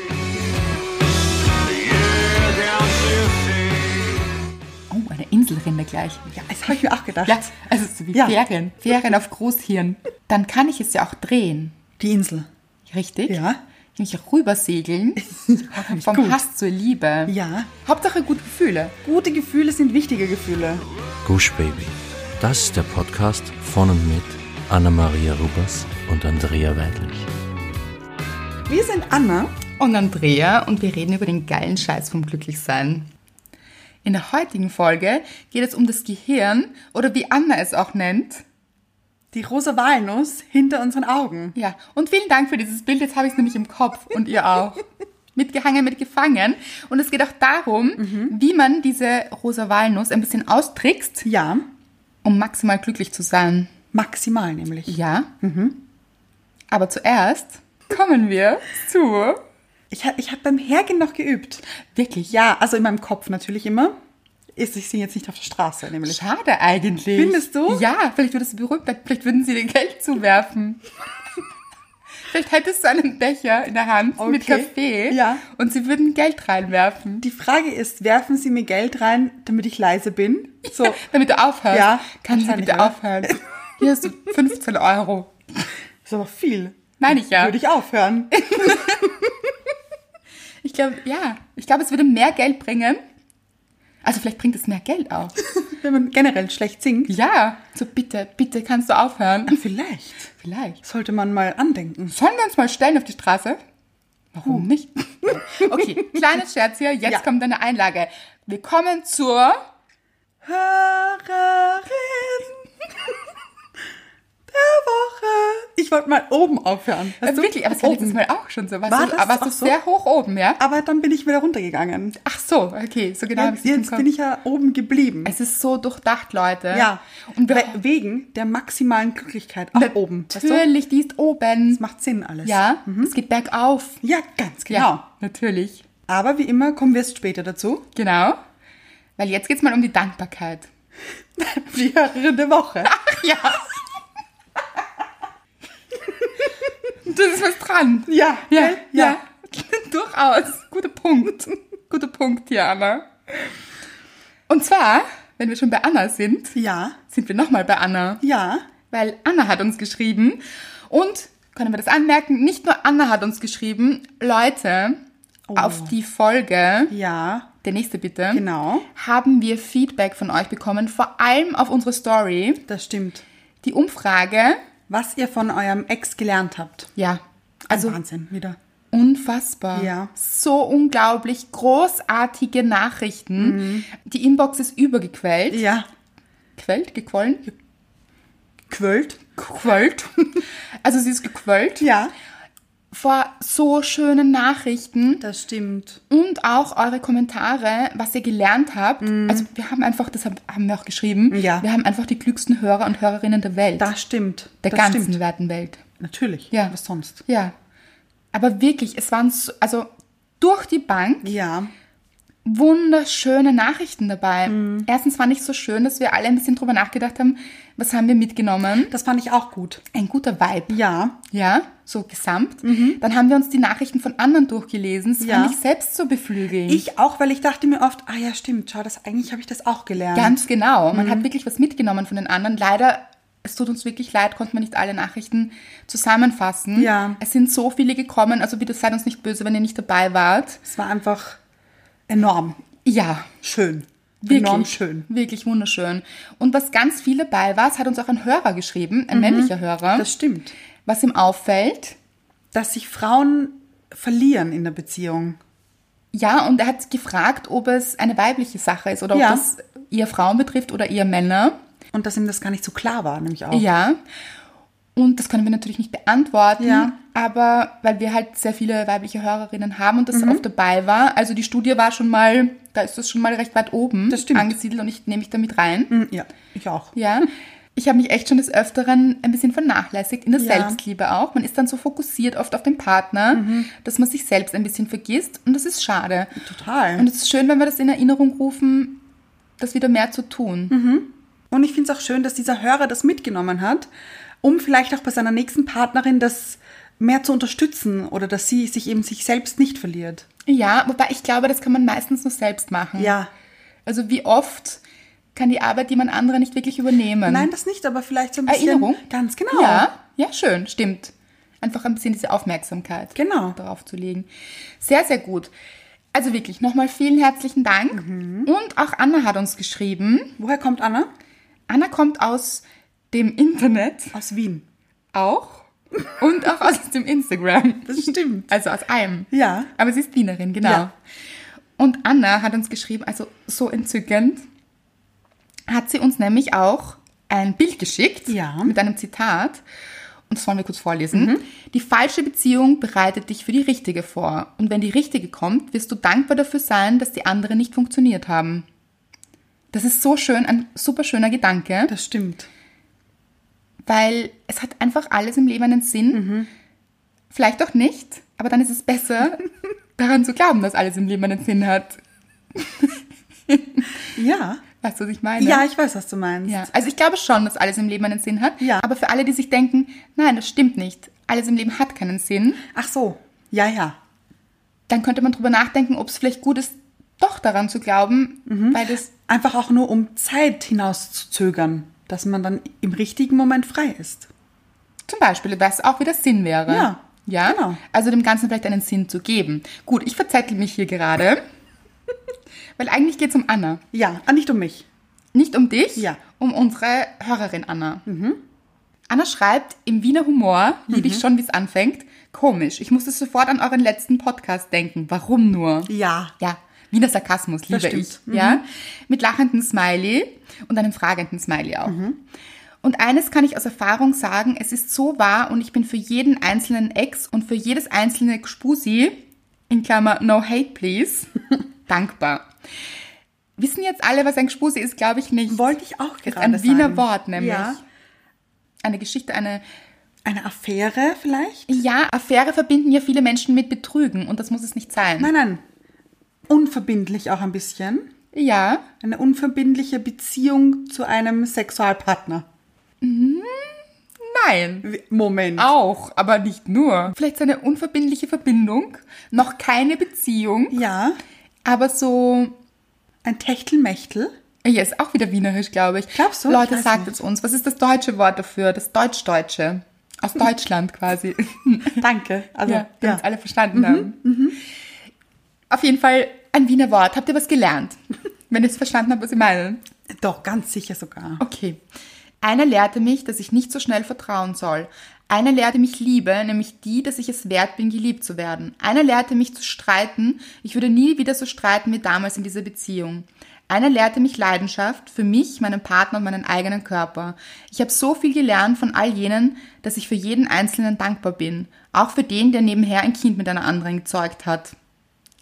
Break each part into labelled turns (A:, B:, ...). A: Oh, gleich.
B: Ja, das habe ich mir auch gedacht.
A: Ja, also so wie
B: Ja.
A: Ferien. Ferien auf Großhirn. Dann kann ich es ja auch drehen.
B: Die Insel.
A: Richtig?
B: Ja.
A: Nämlich rübersegeln. vom
B: gut.
A: Hass zur Liebe.
B: Ja.
A: Hauptsache gute Gefühle.
B: Gute Gefühle sind wichtige Gefühle.
C: Gush Baby. Das ist der Podcast von und mit Anna-Maria Rubers und Andrea Weidlich.
B: Wir sind Anna.
A: Und Andrea und wir reden über den geilen Scheiß vom Glücklichsein. In der heutigen Folge geht es um das Gehirn oder wie Anna es auch nennt.
B: Die rosa Walnuss hinter unseren Augen.
A: Ja, und vielen Dank für dieses Bild. Jetzt habe ich es nämlich im Kopf und ihr auch. Mitgehangen, mitgefangen. Und es geht auch darum,
B: Mhm.
A: wie man diese rosa Walnuss ein bisschen austrickst,
B: Ja,
A: um maximal glücklich zu sein.
B: maximal nämlich.
A: Ja.
B: Mhm.
A: Aber zuerst kommen wir zu.
B: Ich, ha- ich habe beim Hergehen noch geübt.
A: Wirklich?
B: Ja, also in meinem Kopf natürlich immer. Ist, ich sehe jetzt nicht auf der Straße nämlich.
A: Schade eigentlich.
B: Findest du?
A: Ja, vielleicht würdest du berühmt, vielleicht würden sie dir Geld zuwerfen. vielleicht hättest du einen Becher in der Hand mit
B: Okay.
A: Kaffee
B: Ja.
A: und sie würden Geld reinwerfen.
B: Die Frage ist, werfen Sie mir Geld rein, damit ich leise bin? So,
A: Damit du aufhörst.
B: Ja,
A: Kann sie
B: wahrscheinlich,
A: bitte
B: ja.
A: aufhören. Hier hast du 15 Euro.
B: ist aber viel.
A: Meine ich ja.
B: Würde ich aufhören.
A: Ich glaube, ja. Ich glaube, es würde mehr Geld bringen. Also vielleicht bringt es mehr Geld auch.
B: Wenn man generell schlecht singt.
A: Ja. So bitte, bitte kannst du aufhören.
B: Vielleicht
A: Vielleicht.
B: sollte man mal andenken.
A: Sollen wir uns mal stellen auf die Straße? Warum nicht? Okay, kleines Scherz hier. Jetzt
B: Hm. Ja.
A: kommt eine Einlage. Wir kommen zur...
B: Hörerin der Woche. Ich wollte mal oben aufhören. Hast
A: Also
B: du?
A: wirklich, aber das war
B: Oben.
A: letztes Mal auch schon so. Warst
B: War
A: du,
B: das
A: warst
B: auch
A: du
B: so?
A: sehr hoch oben, ja?
B: Aber dann bin ich wieder runtergegangen.
A: Ach so, okay. So genau hab
B: Jetzt,
A: ich's im
B: jetzt
A: Kopf.
B: bin ich ja oben geblieben.
A: Es ist so durchdacht, Leute.
B: ja.
A: Also, Und wir, Äh,
B: We- wegen der maximalen Glücklichkeit auch oben. Weißt du?
A: Natürlich, die ist oben.
B: Das macht Sinn alles.
A: Ja, es geht bergauf.
B: Ja, ganz genau.
A: Ja, natürlich.
B: Aber wie immer kommen wir erst später dazu.
A: Genau. Weil jetzt geht's mal um die Dankbarkeit.
B: Die Hörerin der Woche.
A: Ja. das ist was dran.
B: ja,
A: Ja,
B: gell?
A: ja. Durchaus. Guter Punkt. Guter Punkt hier, Anna. Und zwar, wenn wir schon bei Anna sind,
B: Ja,
A: sind wir nochmal bei Anna.
B: ja.
A: weil Anna hat uns geschrieben und können wir das anmerken, nicht nur Anna hat uns geschrieben, Leute, auf die Folge,
B: Ja,
A: der nächste bitte,
B: Genau.
A: haben wir Feedback von euch bekommen, vor allem auf unsere Story,
B: das stimmt.
A: die Umfrage,
B: Was ihr von eurem Ex gelernt habt.
A: ja, also
B: Wahnsinn, wieder.
A: unfassbar,
B: Ja.
A: so unglaublich großartige Nachrichten, die Inbox ist übergequellt,
B: Mhm. Ja,
A: quält, gequollen,
B: quält.
A: gequollt, also sie ist gequollt,
B: Ja,
A: vor so schönen Nachrichten.
B: das stimmt.
A: Und auch eure Kommentare, was ihr gelernt habt. Also wir haben einfach, das hab- haben wir auch geschrieben,
B: Mhm. Ja.
A: wir haben einfach die klügsten Hörer und Hörerinnen der Welt.
B: Das stimmt.
A: der
B: das
A: ganzen
B: stimmt.
A: weiten Welt.
B: Natürlich.
A: Ja.
B: Was sonst?
A: Ja. Aber wirklich, es waren so, also durch die Bank
B: Ja,
A: wunderschöne Nachrichten dabei.
B: Mhm.
A: Erstens fand ich so schön, dass wir alle ein bisschen drüber nachgedacht haben, was haben wir mitgenommen.
B: das fand ich auch gut.
A: Ein guter Vibe.
B: Ja,
A: Ja, so gesamt. Dann haben wir uns die Nachrichten von anderen durchgelesen. Das
B: Mhm. Ja.
A: fand ich selbst so beflügelnd.
B: ich auch, weil ich dachte mir oft, ah ja, stimmt, schau, das eigentlich habe ich das auch gelernt.
A: Ganz genau. Man
B: Mhm.
A: hat wirklich was mitgenommen von den anderen. Leider, es tut uns wirklich leid, konnten wir nicht alle Nachrichten zusammenfassen.
B: Ja.
A: Es sind so viele gekommen. Also bitte seid uns nicht böse, wenn ihr nicht dabei wart.
B: Es war einfach enorm
A: Ja.
B: schön.
A: Wirklich,
B: Enorm schön.
A: Wirklich wunderschön. Und was ganz viel dabei war, es hat uns auch ein Hörer geschrieben, ein männlicher Hörer,
B: Mhm. Das stimmt.
A: was ihm auffällt.
B: Dass sich Frauen verlieren in der Beziehung.
A: Ja, und er hat gefragt, ob es eine weibliche Sache ist oder
B: Ja.
A: ob das eher Frauen betrifft oder eher Männer.
B: Und dass ihm das gar nicht so klar war, nämlich auch.
A: Ja. Und das können wir natürlich nicht beantworten,
B: Ja.
A: aber weil wir halt sehr viele weibliche Hörerinnen haben und das
B: Mhm.
A: oft dabei war. Also die Studie war schon mal, da ist das schon mal recht weit oben
B: Das stimmt.
A: angesiedelt und ich nehme mich damit rein.
B: Hm, ja, ich auch.
A: Ja. Ich habe mich echt schon des Öfteren ein bisschen vernachlässigt, in der
B: Ja.
A: Selbstliebe auch. Man ist dann so fokussiert oft auf den Partner, dass man sich selbst ein bisschen vergisst und das ist schade.
B: Mhm. Total.
A: Und es ist schön, wenn wir das in Erinnerung rufen, das wieder mehr zu tun.
B: Mhm. Und ich finde es auch schön, dass dieser Hörer das mitgenommen hat, um vielleicht auch bei seiner nächsten Partnerin das mehr zu unterstützen oder dass sie sich eben sich selbst nicht verliert.
A: Ja, wobei ich glaube, das kann man meistens nur selbst machen.
B: Ja,
A: Also wie oft kann die Arbeit jemand anderer nicht wirklich übernehmen.
B: Nein, das nicht, aber vielleicht so ein bisschen.
A: Erinnerung?
B: Ganz genau.
A: Ja, ja, schön, stimmt. Einfach ein bisschen diese Aufmerksamkeit
B: Genau.
A: darauf zu legen. Sehr, sehr gut. Also wirklich, nochmal vielen herzlichen Dank.
B: Mhm.
A: Und auch Anna hat uns geschrieben.
B: Woher kommt Anna?
A: Anna kommt aus dem Internet
B: Aus Wien.
A: auch und auch aus dem Instagram.
B: Das stimmt.
A: Also aus allem.
B: Ja.
A: Aber sie ist Dienerin, genau.
B: Ja.
A: Und Anna hat uns geschrieben, also so entzückend, hat sie uns nämlich auch ein Bild geschickt
B: Ja. Mhm.
A: mit einem Zitat. Und das wollen wir kurz vorlesen. Die falsche Beziehung bereitet dich für die richtige vor. Und wenn die richtige kommt, wirst du dankbar dafür sein, dass die anderen nicht funktioniert haben. Das ist so schön, ein super schöner Gedanke.
B: Das stimmt.
A: Weil es hat einfach alles im Leben einen Sinn.
B: Mhm.
A: Vielleicht auch nicht, aber dann ist es besser, daran zu glauben, dass alles im Leben einen Sinn hat.
B: Ja.
A: Weißt du, was ich meine?
B: Ja, ich weiß, was du meinst.
A: Genau. ja. Also ich glaube schon, dass alles im Leben einen Sinn hat.
B: Ja.
A: Aber für alle, die sich denken, nein, das stimmt nicht, alles im Leben hat keinen Sinn,
B: Ach so. Ja, ja.
A: dann könnte man drüber nachdenken, ob es vielleicht gut ist, doch daran zu glauben,
B: Mhm.
A: weil das
B: Einfach auch nur, um Zeit hinaus zu zögern, dass man dann im richtigen Moment frei ist.
A: Zum Beispiel, was auch wieder Sinn wäre.
B: Ja,
A: Ja?
B: genau.
A: Also dem Ganzen vielleicht einen Sinn zu geben. Gut, ich verzettel mich hier gerade. weil eigentlich geht es um Anna.
B: Ja, ah, nicht um mich.
A: Nicht um dich,
B: Ja.
A: um unsere Hörerin Anna. Anna schreibt, im Wiener Humor liebe ich schon, wie es anfängt. Komisch, ich musste sofort an euren letzten Podcast denken. Warum nur?
B: Ja.
A: Ja, Wiener Sarkasmus liebe ich.
B: stimmt. Mhm.
A: Ja, mit lachendem Smiley und einem fragenden Smiley auch.
B: Mhm.
A: Und eines kann ich aus Erfahrung sagen, es ist so wahr und ich bin für jeden einzelnen Ex und für jedes einzelne Gspusi, in Klammer no hate please, dankbar. Wissen jetzt alle, was ein Gspusi ist, glaube ich nicht.
B: Wollte ich auch
A: Ist
B: gerade
A: ein Wiener
B: sagen.
A: Wort nämlich.
B: Ja.
A: Eine Geschichte, eine
B: Eine Affäre vielleicht?
A: ja, Affäre verbinden ja viele Menschen mit Betrügen und das muss es nicht sein.
B: Nein, nein. Unverbindlich auch ein bisschen.
A: Ja,
B: Eine unverbindliche Beziehung zu einem Sexualpartner.
A: nein.
B: Moment.
A: Auch, aber nicht nur. Vielleicht so eine unverbindliche Verbindung, noch keine Beziehung,
B: Ja.
A: aber so,
B: Ein Techtelmechtel.
A: ja, ist auch wieder wienerisch, glaube ich.
B: Glaubst du? Ich
A: Leute,
B: weiß
A: sagt
B: nicht.
A: es uns. Was ist das deutsche Wort dafür? Das Deutsch-Deutsche. Aus Deutschland quasi.
B: Danke. Mhm. Also, Mhm,
A: ja, damit alle verstanden haben. Auf jeden Fall ein Wiener Wort. Habt ihr was gelernt? Wenn ihr es verstanden habt, was ich meine.
B: Doch, ganz sicher sogar.
A: Okay. Einer lehrte mich, dass ich nicht so schnell vertrauen soll. Einer lehrte mich Liebe, nämlich die, dass ich es wert bin, geliebt zu werden. Einer lehrte mich zu streiten. Ich würde nie wieder so streiten wie damals in dieser Beziehung. Einer lehrte mich Leidenschaft für mich, meinen Partner und meinen eigenen Körper. Ich habe so viel gelernt von all jenen, dass ich für jeden Einzelnen dankbar bin. Auch für den, der nebenher ein Kind mit einer anderen gezeugt hat.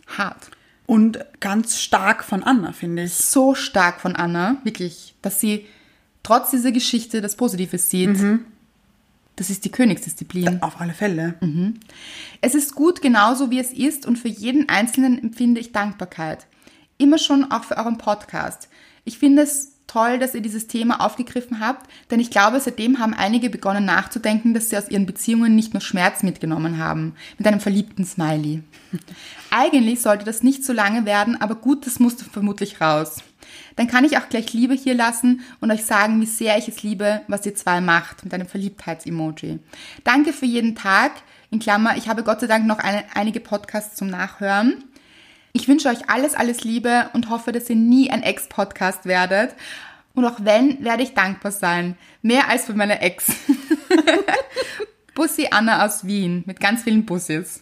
A: Hart
B: Und ganz stark von Anna, finde ich.
A: so stark von Anna, wirklich, dass sie trotz dieser Geschichte das Positive sieht. Das ist die Königsdisziplin.
B: Auf alle Fälle.
A: Mhm. Es ist gut genauso, wie es ist und für jeden Einzelnen empfinde ich Dankbarkeit. Immer schon auch für euren Podcast. Ich finde es toll, dass ihr dieses Thema aufgegriffen habt, denn ich glaube, seitdem haben einige begonnen nachzudenken, dass sie aus ihren Beziehungen nicht nur Schmerz mitgenommen haben, mit einem verliebten Smiley. Eigentlich sollte das nicht so lange werden, aber gut, das musste vermutlich raus. Dann kann ich auch gleich Liebe hier lassen und euch sagen, wie sehr ich es liebe, was ihr zwei macht, mit einem Verliebtheits-Emoji. Danke für jeden Tag. In Klammer, ich habe Gott sei Dank noch eine, einige Podcasts zum Nachhören. Ich wünsche euch alles, alles Liebe und hoffe, dass ihr nie ein Ex-Podcast werdet. Und auch wenn, werde ich dankbar sein. Mehr als für meine Ex. Bussi Anna aus Wien mit ganz vielen Bussis.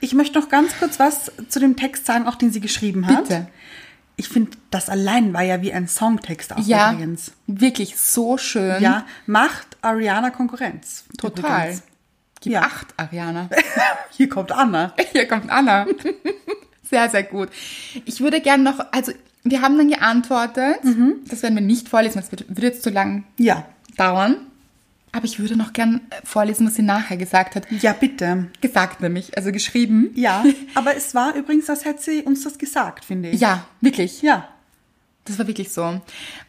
B: Ich möchte noch ganz kurz was zu dem Text sagen, auch den sie geschrieben hat.
A: Bitte.
B: Ich finde, das allein war ja wie ein Songtext auch
A: Ja,
B: übrigens.
A: wirklich so schön.
B: Ja, macht Ariana Konkurrenz.
A: total.
B: Übrigens.
A: Gib
B: Ja.
A: acht, Ariana.
B: Hier kommt Anna.
A: Hier kommt Anna. Sehr, sehr gut. Ich würde gerne noch, also wir haben dann geantwortet,
B: Mhm.
A: das werden wir nicht vorlesen, das wird- würde jetzt zu lang
B: Ja.
A: dauern. Aber ich würde noch gern äh, vorlesen, was sie nachher gesagt hat.
B: Ja, bitte.
A: Gesagt nämlich, also geschrieben.
B: Ja, aber es war übrigens, als hätte sie uns das gesagt, finde ich.
A: Ja, wirklich.
B: Ja.
A: Das war wirklich so.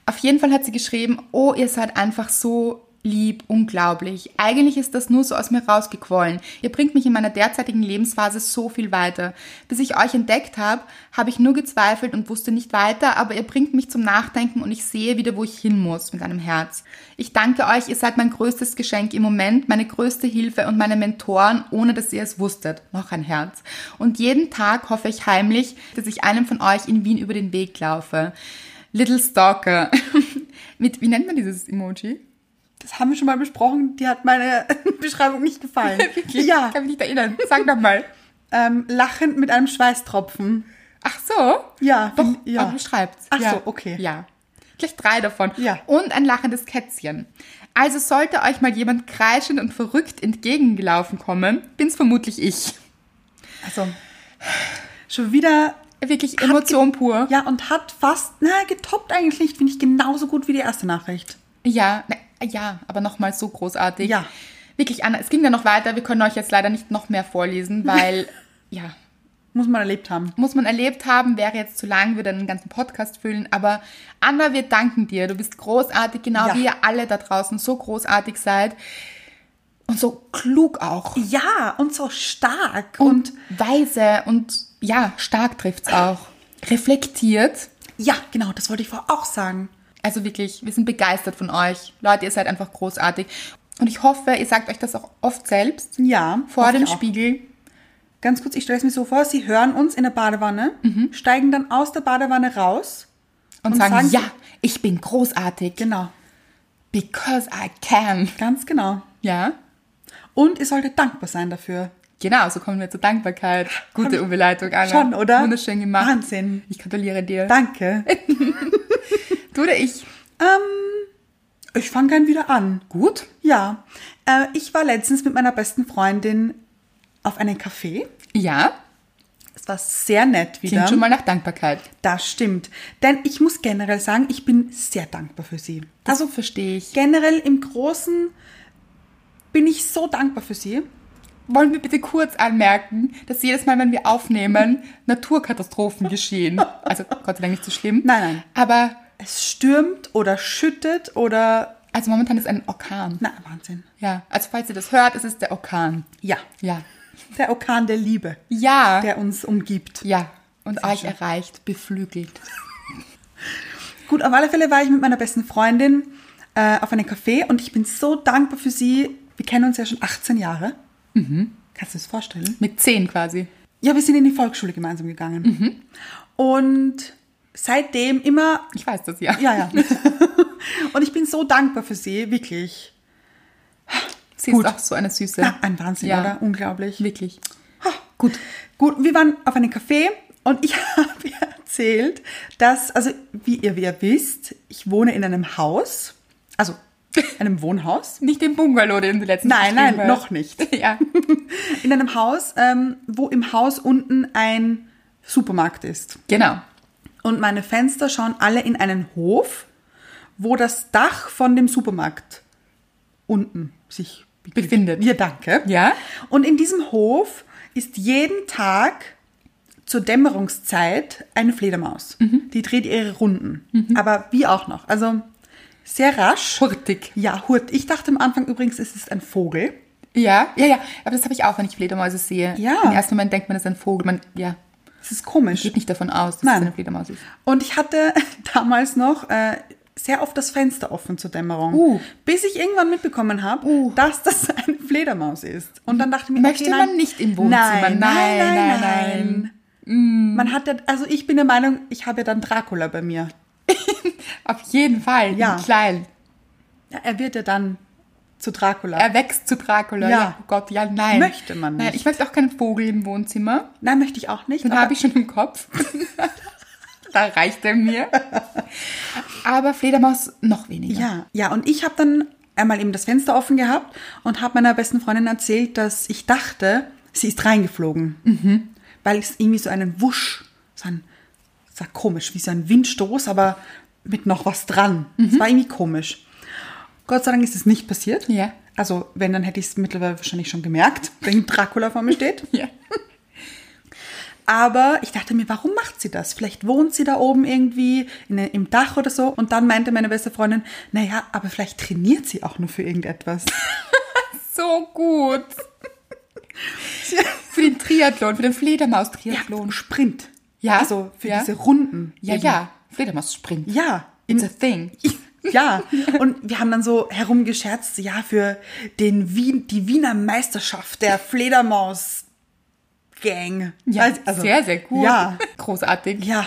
A: Auf jeden Fall hat sie geschrieben, oh, ihr seid einfach so lieb, unglaublich. Eigentlich ist das nur so aus mir rausgequollen. Ihr bringt mich in meiner derzeitigen Lebensphase so viel weiter. Bis ich euch entdeckt habe, habe ich nur gezweifelt und wusste nicht weiter, aber ihr bringt mich zum Nachdenken und ich sehe wieder, wo ich hin muss mit einem Herz. Ich danke euch, ihr seid mein größtes Geschenk im Moment, meine größte Hilfe und meine Mentoren, ohne dass ihr es wusstet. Noch ein Herz. Und jeden Tag hoffe ich heimlich, dass ich einem von euch in Wien über den Weg laufe. Little Stalker. Mit, wie nennt man dieses Emoji?
B: Das haben wir schon mal besprochen. Die hat meine Beschreibung nicht gefallen.
A: Ja.
B: ja,
A: Ich kann mich nicht erinnern. Sag doch mal.
B: ähm, lachend mit einem Schweißtropfen.
A: Ach so?
B: Ja,
A: Doch,
B: bin- ja.
A: aber beschreibt's.
B: Ach
A: ja.
B: so, okay.
A: Ja. Vielleicht drei davon.
B: Ja.
A: Und ein lachendes Kätzchen. Also sollte euch mal jemand kreischend und verrückt entgegengelaufen kommen, bin's vermutlich ich.
B: Also schon wieder
A: Wirklich Emotion pur.
B: ja und hat fast na getoppt eigentlich nicht. Finde ich genauso gut wie die erste Nachricht.
A: Ja, na, ja, aber nochmal so großartig.
B: Ja.
A: Wirklich, Anna, es ging ja noch weiter. Wir können euch jetzt leider nicht noch mehr vorlesen, weil, ja,
B: Muss man erlebt haben.
A: muss man erlebt haben, wäre jetzt zu lang, würde einen ganzen Podcast füllen, aber Anna, wir danken dir. Du bist großartig, genau
B: Ja.
A: wie ihr alle da draußen so großartig seid und so klug auch
B: Ja und so stark
A: und,
B: und,
A: weise und ja, stark trifft's auch. Reflektiert.
B: ja genau das wollte ich vorher auch sagen.
A: Also wirklich, wir sind begeistert von euch. Leute, ihr seid einfach großartig und ich hoffe, ihr sagt euch das auch oft selbst
B: Ja
A: vor
B: hoffe
A: dem
B: ich auch.
A: Spiegel.
B: Ganz kurz, ich stelle es mir so vor: Sie hören uns in der Badewanne,
A: Mhm.
B: steigen dann aus der Badewanne raus.
A: Und,
B: Und
A: sagen,
B: sagen-
A: ja, ich bin großartig.
B: Genau,
A: Because I can.
B: ganz genau.
A: Ja?
B: Und ihr solltet dankbar sein dafür.
A: Genau, so kommen wir zur Dankbarkeit.
B: Hab
A: Gute
B: ich-
A: Überleitung, Anna.
B: Schon, oder?
A: Wunderschön gemacht.
B: Wahnsinn.
A: Ich gratuliere dir.
B: Danke.
A: Du oder ich?
B: Ich fange gern wieder an.
A: Gut.
B: Ja, äh, ich war letztens mit meiner besten Freundin auf einen Café.
A: Ja,
B: Es war sehr nett wieder.
A: klingt schon mal nach Dankbarkeit.
B: Das stimmt. Denn ich muss generell sagen, ich bin sehr dankbar für sie.
A: Das also verstehe ich.
B: Generell im Großen bin ich so dankbar für sie.
A: Wollen wir bitte kurz anmerken, dass jedes Mal, wenn wir aufnehmen, Naturkatastrophen geschehen. Also Gott sei Dank nicht so schlimm.
B: Nein, nein.
A: Aber
B: Es stürmt oder schüttet oder...
A: also momentan ist ein Orkan.
B: Na, Wahnsinn.
A: Ja, also falls ihr das hört, es ist der Orkan.
B: Ja,
A: Ja.
B: der Orkan der Liebe,
A: Ja.
B: der uns umgibt.
A: ja. Und euch
B: schön.
A: erreicht, beflügelt.
B: Gut, auf alle Fälle war ich mit meiner besten Freundin äh, auf einem Café und ich bin so dankbar für sie. Wir kennen uns ja schon 18 Jahre. Kannst du es vorstellen?
A: Mit zehn quasi.
B: Ja, wir sind in die Volksschule gemeinsam gegangen. Und seitdem immer,
A: Ich weiß das ja.
B: ja, ja. und ich bin so dankbar für sie, wirklich.
A: Sie
B: Gut.
A: ist auch so eine Süße.
B: Na, ein Wahnsinn,
A: Ja.
B: oder? Unglaublich.
A: Wirklich.
B: Gut. Gut, wir waren auf einem Café und ich habe ihr erzählt, dass, also wie ihr, wie ihr wisst, ich wohne in einem Haus, also einem Wohnhaus.
A: Nicht den Bungalow, den du letztens
B: Nein,
A: beschrieben
B: nein,
A: hast.
B: noch nicht.
A: Ja.
B: In einem Haus, ähm, wo im Haus unten ein Supermarkt ist.
A: Genau.
B: Und meine Fenster schauen alle in einen Hof, wo das Dach von dem Supermarkt unten sich
A: Befindet.
B: Ja, danke.
A: Ja?
B: Und in diesem Hof ist jeden Tag zur Dämmerungszeit eine Fledermaus. Die dreht ihre Runden. Aber wie auch noch. Also sehr rasch.
A: Hurtig.
B: Ja, Hurt. Ich dachte am Anfang übrigens, es ist ein Vogel.
A: Ja, ja, ja. Aber das habe ich auch, wenn ich Fledermäuse sehe.
B: Ja.
A: Im ersten Moment denkt man, das ist ein Vogel. Man ja,
B: Es ist komisch.
A: geht nicht davon aus, dass
B: Nein.
A: es eine Fledermaus ist.
B: Und ich hatte damals noch äh, sehr oft das Fenster offen zur Dämmerung,
A: Uh.
B: bis ich irgendwann mitbekommen habe,
A: Uh.
B: dass das eine Fledermaus ist. Und dann dachte ich mir,
A: Möchte
B: okay, nein,
A: man nicht im Wohnzimmer.
B: Nein, nein, nein, nein.
A: nein. Mm.
B: Man hat ja, also ich bin der Meinung, ich habe ja dann Dracula bei mir.
A: Auf jeden Fall.
B: Ja.
A: in Klein.
B: Ja, er wird ja dann zu Dracula.
A: Er wächst zu Dracula.
B: Ja.
A: Oh Gott, ja, nein.
B: Möchte man
A: Nein,
B: nicht.
A: ich möchte auch keinen Vogel im Wohnzimmer.
B: nein, möchte ich auch nicht.
A: Den
B: aber-
A: habe ich schon im Kopf. da reicht er mir. Aber Fledermaus noch weniger.
B: Ja, ja, und ich habe dann einmal eben das Fenster offen gehabt und habe meiner besten Freundin erzählt, dass ich dachte, sie ist reingeflogen.
A: Mhm.
B: Weil es irgendwie so einen Wusch, so ein, es war komisch, wie so ein Windstoß, aber mit noch was dran.
A: Mhm.
B: Es war irgendwie komisch. Gott sei Dank ist es nicht passiert.
A: Ja.
B: Also, wenn, dann hätte ich es mittlerweile wahrscheinlich schon gemerkt, wenn Dracula vor mir steht.
A: Ja.
B: Aber ich dachte mir, warum macht sie das? Vielleicht wohnt sie da oben irgendwie in, im Dach oder so. Und dann meinte meine beste Freundin, naja, aber vielleicht trainiert sie auch nur für irgendetwas.
A: So gut. für den Triathlon, für den Fledermaus-Triathlon.
B: Sprint.
A: Ja?
B: Also für
A: Ja.
B: diese Runden.
A: Ja, ja, Fledermaus-Sprint.
B: Ja.
A: It's a thing.
B: Ja, und wir haben dann so herumgescherzt, ja, für den Wien, die Wiener Meisterschaft der Fledermaus Gang.
A: Ja,
B: Also- also-
A: sehr, sehr gut.
B: Ja,
A: Großartig.
B: ja.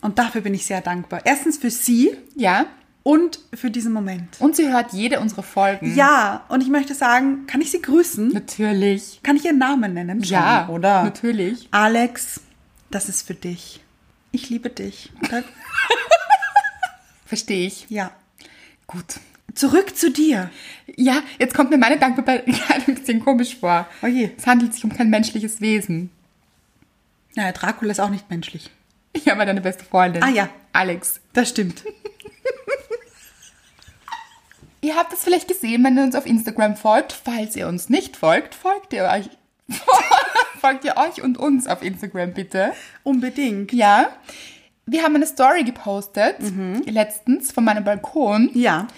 B: Und dafür bin ich sehr dankbar. Erstens für sie
A: Ja.
B: und für diesen Moment.
A: Und sie hört jede unserer Folgen.
B: Ja, und ich möchte sagen, kann ich sie grüßen?
A: Natürlich.
B: Kann ich ihren Namen nennen? Schon,
A: Ja,
B: oder?
A: natürlich.
B: Alex, das ist für dich. Ich liebe dich.
A: Verstehe ich.
B: Ja.
A: Gut.
B: Zurück zu dir.
A: Ja, jetzt kommt mir meine Dankbarkeit ein bisschen komisch vor.
B: Oh je.
A: Es handelt sich um kein menschliches Wesen.
B: Naja, Dracula ist auch nicht menschlich.
A: Ich habe deine beste Freundin.
B: Ah, ja.
A: Alex.
B: Das stimmt.
A: Ihr habt es vielleicht gesehen, wenn ihr uns auf Instagram folgt. Falls ihr uns nicht folgt, folgt ihr euch. folgt ihr euch und uns auf Instagram bitte.
B: Unbedingt.
A: Ja. Wir haben eine Story gepostet, letztens von meinem Balkon,
B: Ja.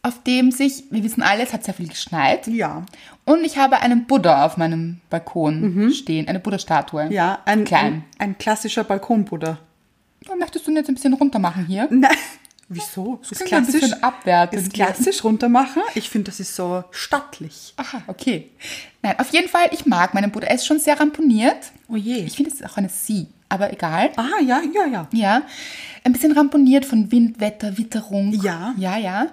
A: auf dem sich, wir wissen alle, es hat sehr viel geschneit.
B: Ja.
A: Und ich habe einen Buddha auf meinem Balkon stehen, eine Buddha-Statue.
B: Ja, ein,
A: Klein.
B: ein, ein klassischer Balkonbuddha.
A: Oh, Möchtest du ihn jetzt ein bisschen runter machen hier?
B: Nein. Wieso? Das
A: klingt ein bisschen abwertend
B: Ist
A: hier.
B: klassisch runtermachen? Ich finde, das ist so stattlich.
A: Aha, okay. Nein, auf jeden Fall, ich mag meinen Buddha. Er ist schon sehr ramponiert.
B: Oh je.
A: Ich finde, es ist auch eine Sie, aber egal.
B: Ah, ja, ja, ja.
A: Ja, ein bisschen ramponiert von Wind, Wetter, Witterung.
B: Ja.
A: Ja, ja.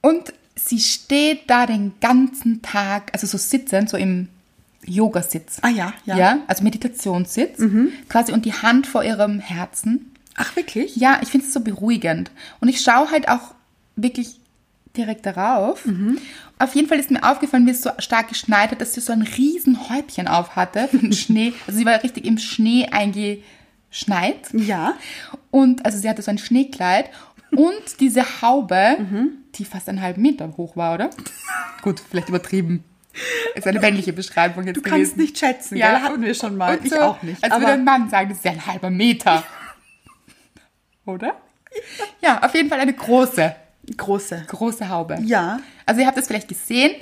A: Und sie steht da den ganzen Tag, also so sitzend, so im Yogasitz.
B: Ah, ja, ja. Mhm.
A: also Meditationssitz, quasi und die Hand vor ihrem Herzen.
B: Ach, wirklich?
A: Ja, ich finde es so beruhigend. Und ich schaue halt auch wirklich direkt darauf.
B: Mhm.
A: Auf jeden Fall ist mir aufgefallen, wie es so stark geschneit hat, dass sie so ein riesen Häubchen auf hatte von Schnee. Also sie war richtig im Schnee eingeschneit.
B: Ja.
A: Und also sie hatte so ein Schneekleid und diese Haube, die fast einen halben Meter hoch war, oder? Gut, vielleicht übertrieben. Ist eine männliche Beschreibung jetzt
B: Du kannst
A: gewesen.
B: nicht schätzen,
A: Ja,
B: gell? Hatten
A: und-
B: wir schon mal.
A: und
B: Ich
A: so,
B: auch nicht.
A: Als
B: aber
A: würde ein Mann sagen, das ist ja ein halber Meter. Oder? Ja, auf jeden Fall eine große,
B: große.
A: große Haube.
B: Ja.
A: Also ihr habt es vielleicht gesehen.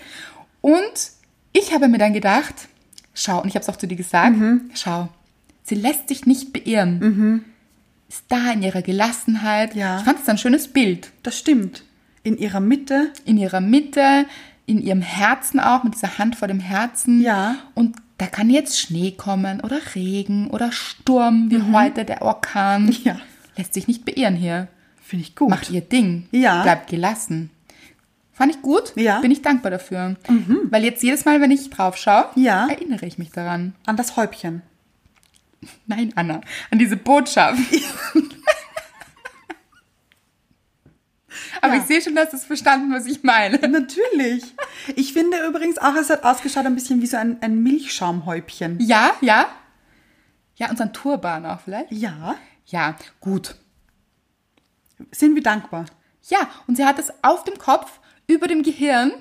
A: Und ich habe mir dann gedacht, schau, und ich habe es auch zu dir gesagt, schau, sie lässt sich nicht beirren. Ist da in ihrer Gelassenheit.
B: Ja.
A: Ich fand es ein schönes Bild.
B: Das stimmt. In ihrer Mitte.
A: In ihrer Mitte, in ihrem Herzen auch, mit dieser Hand vor dem Herzen.
B: Ja.
A: Und da kann jetzt Schnee kommen oder Regen oder Sturm, wie heute der Orkan.
B: Mhm. Ja.
A: Lässt sich nicht beirren hier.
B: Finde ich gut.
A: Macht ihr Ding.
B: Ja.
A: Bleibt gelassen. Fand ich gut.
B: Ja. Mhm.
A: Bin ich dankbar dafür. Weil jetzt jedes Mal, wenn ich drauf schaue,
B: Ja.
A: erinnere ich mich daran.
B: An das Häubchen.
A: Nein, Anna, an diese Botschaft. Aber
B: Ja.
A: ich sehe schon, dass du es verstanden, was ich meine.
B: Natürlich. Ich finde übrigens auch, es hat ausgeschaut ein bisschen wie so ein, ein Milchschaumhäubchen.
A: Ja, ja. Ja, und so ein Turban auch vielleicht.
B: Ja.
A: Ja, gut.
B: Sind wir dankbar?
A: Ja, und sie hat es auf dem Kopf, über dem Gehirn.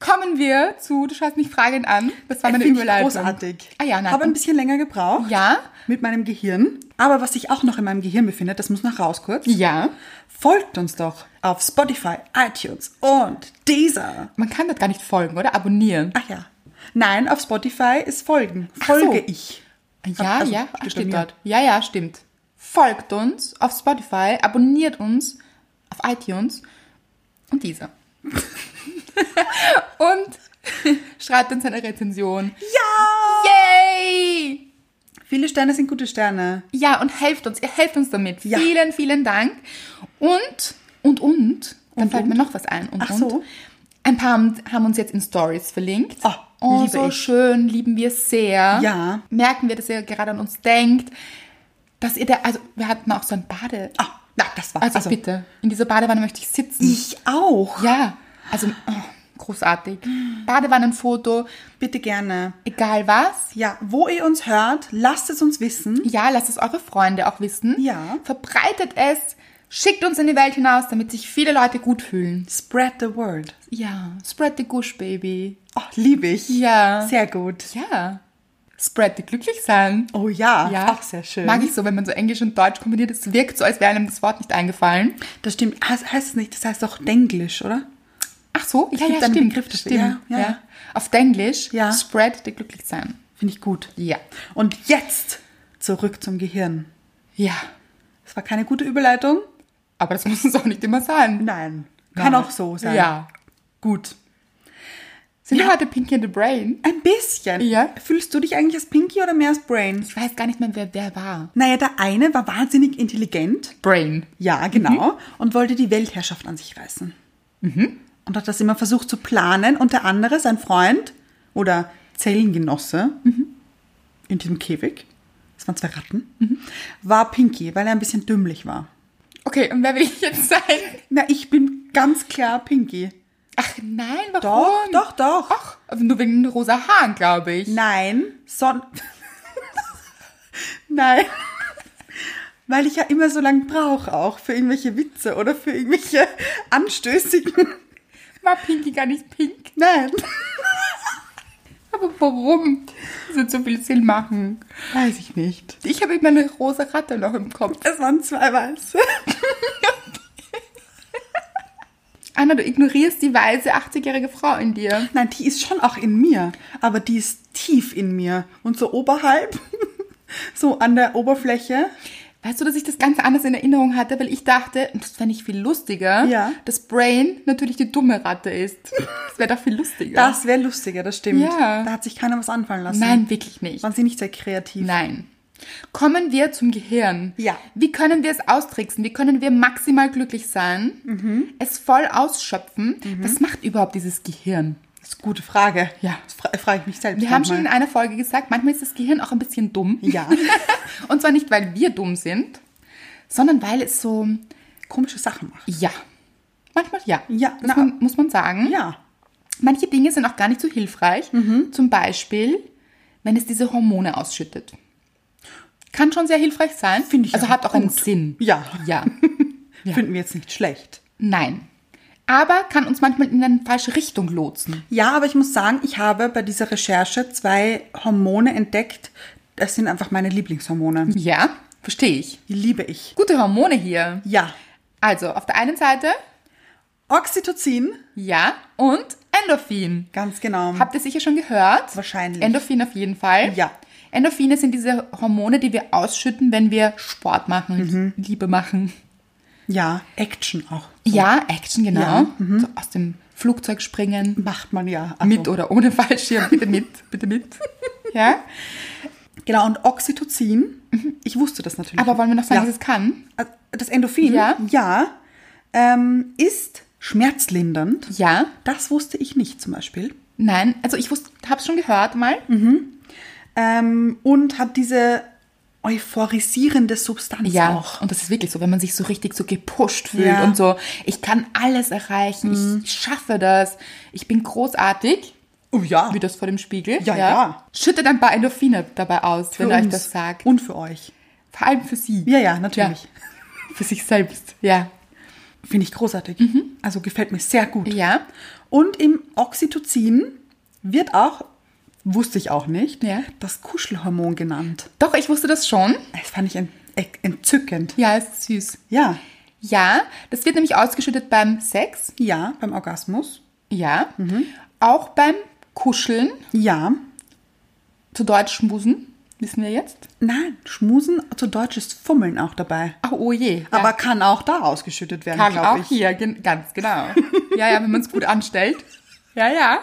A: Kommen wir zu, du schaust mich fragend an. Das war meine
B: Äh, Finde ich
A: Überleitung.
B: Großartig.
A: Ah ja, nein.
B: Habe ein bisschen länger gebraucht.
A: Ja.
B: Mit meinem Gehirn. Aber was sich auch noch in meinem Gehirn befindet, das muss noch raus kurz.
A: Ja.
B: Folgt uns doch auf Spotify, iTunes und Deezer.
A: Man kann das gar nicht folgen, oder? Abonnieren.
B: Ach ja. Nein, auf Spotify ist folgen.
A: Ach so. Ah,
B: Folge ich.
A: Ja,
B: also,
A: ja,
B: steht
A: steht,
B: bei
A: steht
B: mir.
A: dort. Ja, ja, stimmt. Folgt uns auf Spotify, abonniert uns auf iTunes und dieser. und schreibt uns eine Rezension.
B: Ja!
A: Yay!
B: Viele Sterne sind gute Sterne.
A: Ja, und helft uns. Ihr helft uns damit.
B: Ja.
A: Vielen, vielen Dank. Und, und, und, dann
B: Und,
A: fällt mir
B: und?
A: noch was ein. Und,
B: Ach
A: und.
B: so.
A: Ein paar haben, haben uns jetzt in Stories verlinkt.
B: Oh, liebe
A: so
B: ich.
A: schön, lieben wir sehr.
B: Ja.
A: Merken wir, dass ihr gerade an uns denkt. Dass ihr da, also wir hatten auch so ein Bade.
B: Ah, na, das war-
A: Also,
B: also-
A: bitte, in dieser Badewanne möchte ich sitzen.
B: Ich auch.
A: Ja, also oh, großartig. Badewannenfoto,
B: Bitte gerne.
A: egal was.
B: Ja, wo ihr uns hört, lasst es uns wissen.
A: Ja, lasst es eure Freunde auch wissen.
B: Ja.
A: Verbreitet es. Schickt uns in die Welt hinaus, damit sich viele Leute gut fühlen.
B: Spread the word.
A: Ja. Spread the gush, baby.
B: Oh, liebe ich.
A: Ja.
B: Sehr gut.
A: Ja. Spread, die glücklich sein.
B: Oh ja, auch sehr schön.
A: Mag ich so, wenn man so Englisch und Deutsch kombiniert, es wirkt so, als wäre einem das Wort nicht eingefallen.
B: Das stimmt. Heißt, heißt es nicht, das heißt auch Denglisch, oder?
A: Ach so, ja,
B: gibt
A: ja,
B: einen
A: stimmt.
B: Begriff dafür.
A: stimmt.
B: Ja, ja, ja.
A: Auf Englisch,
B: Ja.
A: spread, die glücklich sein.
B: Finde ich gut.
A: Ja.
B: Und jetzt zurück zum Gehirn.
A: Ja.
B: Das war keine gute Überleitung?
A: Aber das muss es auch nicht immer sein.
B: Nein. Kann
A: Nein.
B: auch so sein.
A: Ja.
B: Gut.
A: Sind wir heute Pinky and the Brain?
B: Ein bisschen.
A: Ja.
B: Fühlst du dich eigentlich als Pinky oder mehr als Brain?
A: Ich weiß gar nicht mehr, wer wer war.
B: Naja, der eine war wahnsinnig intelligent.
A: Brain.
B: Ja,
A: Mhm.
B: genau. Und wollte die Weltherrschaft an sich reißen. Und hat das immer versucht zu planen. Und der andere, sein Freund oder Zellengenosse
A: Mhm.
B: in diesem Käfig, das waren zwei Ratten,
A: Mhm.
B: war Pinky, weil er ein bisschen dümmlich war.
A: Okay, und wer will ich jetzt sein?
B: Na, ich bin ganz klar Pinky.
A: Ach nein,
B: Doch,
A: warum?
B: doch, doch.
A: Ach, nur wegen den rosa Haaren, glaube ich.
B: Nein, son. Nein. Weil ich ja immer so lange brauche auch für irgendwelche Witze oder für irgendwelche anstößigen.
A: War Pinky gar nicht pink?
B: Nein.
A: Aber warum? Es wird so viel Sinn machen.
B: Weiß ich nicht.
A: Ich habe immer eine rosa Ratte noch im Kopf.
B: Es waren zwei Weiße.
A: Anna, du ignorierst die weise 80-jährige Frau in dir.
B: Nein, die ist schon auch in mir, aber die ist tief in mir und so oberhalb, so an der Oberfläche.
A: Weißt du, dass ich das ganz anders in Erinnerung hatte, weil ich dachte, und das fände ich viel lustiger,
B: Ja.
A: dass Brain natürlich die dumme Ratte ist. Das wäre doch viel lustiger.
B: Das wäre lustiger, das stimmt.
A: Ja.
B: Da hat sich keiner was anfallen lassen.
A: Nein, wirklich nicht.
B: Waren sie nicht sehr kreativ?
A: Nein. Kommen wir zum Gehirn.
B: Ja.
A: Wie können wir es austricksen? Wie können wir maximal glücklich sein?
B: Mhm.
A: Es voll ausschöpfen? Was macht überhaupt dieses Gehirn?
B: Das ist eine gute Frage.
A: Ja.
B: Das fra frage ich mich selbst.
A: Wir haben schon in
B: manchmal.
A: einer Folge gesagt, manchmal ist das Gehirn auch ein bisschen dumm.
B: Ja.
A: Und zwar nicht, weil wir dumm sind, sondern weil es so,
B: komische Sachen macht.
A: ja. Manchmal ja.
B: Ja,
A: das
B: na-
A: man, muss man sagen.
B: Ja. Mhm.
A: Manche Dinge sind auch gar nicht so hilfreich. Zum Beispiel, wenn es diese Hormone ausschüttet. Kann schon sehr hilfreich sein.
B: Finde ich
A: Also
B: auch
A: hat auch einen
B: gut.
A: Sinn.
B: Ja.
A: Ja.
B: Finden wir jetzt nicht schlecht.
A: Nein. Aber kann uns manchmal in eine falsche Richtung lotsen.
B: Ja, aber ich muss sagen, ich habe bei dieser Recherche zwei Hormone entdeckt. Das sind einfach meine Lieblingshormone.
A: Ja, verstehe ich.
B: Die liebe ich.
A: Gute Hormone hier.
B: Ja.
A: Also, auf der einen Seite,
B: Oxytocin.
A: ja, und Endorphin.
B: Ganz genau.
A: Habt ihr sicher schon gehört?
B: Wahrscheinlich.
A: Endorphin auf jeden Fall.
B: Ja.
A: Endorphine sind diese Hormone, die wir ausschütten, wenn wir Sport machen,
B: Mhm.
A: Liebe machen.
B: ja. Action auch.
A: Ja, Action, genau.
B: Ja, mhm.
A: So aus dem Flugzeug springen.
B: Macht man ja. Also-
A: Mit oder ohne Fallschirm. Bitte mit, bitte mit. Ja.
B: Genau, und Oxytocin. Ich wusste das natürlich.
A: Aber wollen wir noch sagen,
B: ja.
A: was es kann?
B: Also, Das Endorphin,
A: Ja.
B: ja ähm, ist schmerzlindernd.
A: Ja.
B: Das wusste ich nicht zum Beispiel.
A: Nein, also ich habe es schon gehört mal.
B: Ähm, und hat diese euphorisierende Substanz
A: Ja,
B: auch.
A: und das ist wirklich so, wenn man sich so richtig so gepusht fühlt
B: Ja. Mhm.
A: und so, ich kann alles erreichen, ich schaffe das, ich bin großartig,
B: Oh ja.
A: wie das vor dem Spiegel.
B: Ja, ja.
A: Schüttet ein paar Endorphine dabei aus, wenn ihr euch das sagt.
B: Und für euch.
A: vor allem für sie.
B: Ja, ja, natürlich.
A: Ja, für sich selbst, ja.
B: Finde ich großartig. Also gefällt mir sehr gut.
A: Mhm. Ja.
B: Und im Oxytocin wird auch, wusste ich auch nicht,
A: Ja.
B: das Kuschelhormon genannt.
A: Doch, ich wusste das schon.
B: Das fand ich ent ent- entzückend.
A: Ja, es ist süß.
B: Ja.
A: Ja, das wird nämlich ausgeschüttet beim Sex.
B: Ja, beim Orgasmus.
A: Ja.
B: Mhm.
A: Auch beim Kuscheln,
B: Ja.
A: zu Deutsch Schmusen, wissen wir jetzt.
B: Nein, Schmusen, zu Deutsch ist Fummeln auch dabei.
A: Ach, oh je. Ja.
B: Aber kann auch da ausgeschüttet werden,
A: Kann
B: glaube
A: auch
B: ich.
A: hier, gen ganz genau. ja, ja, wenn man es gut anstellt. Ja, ja.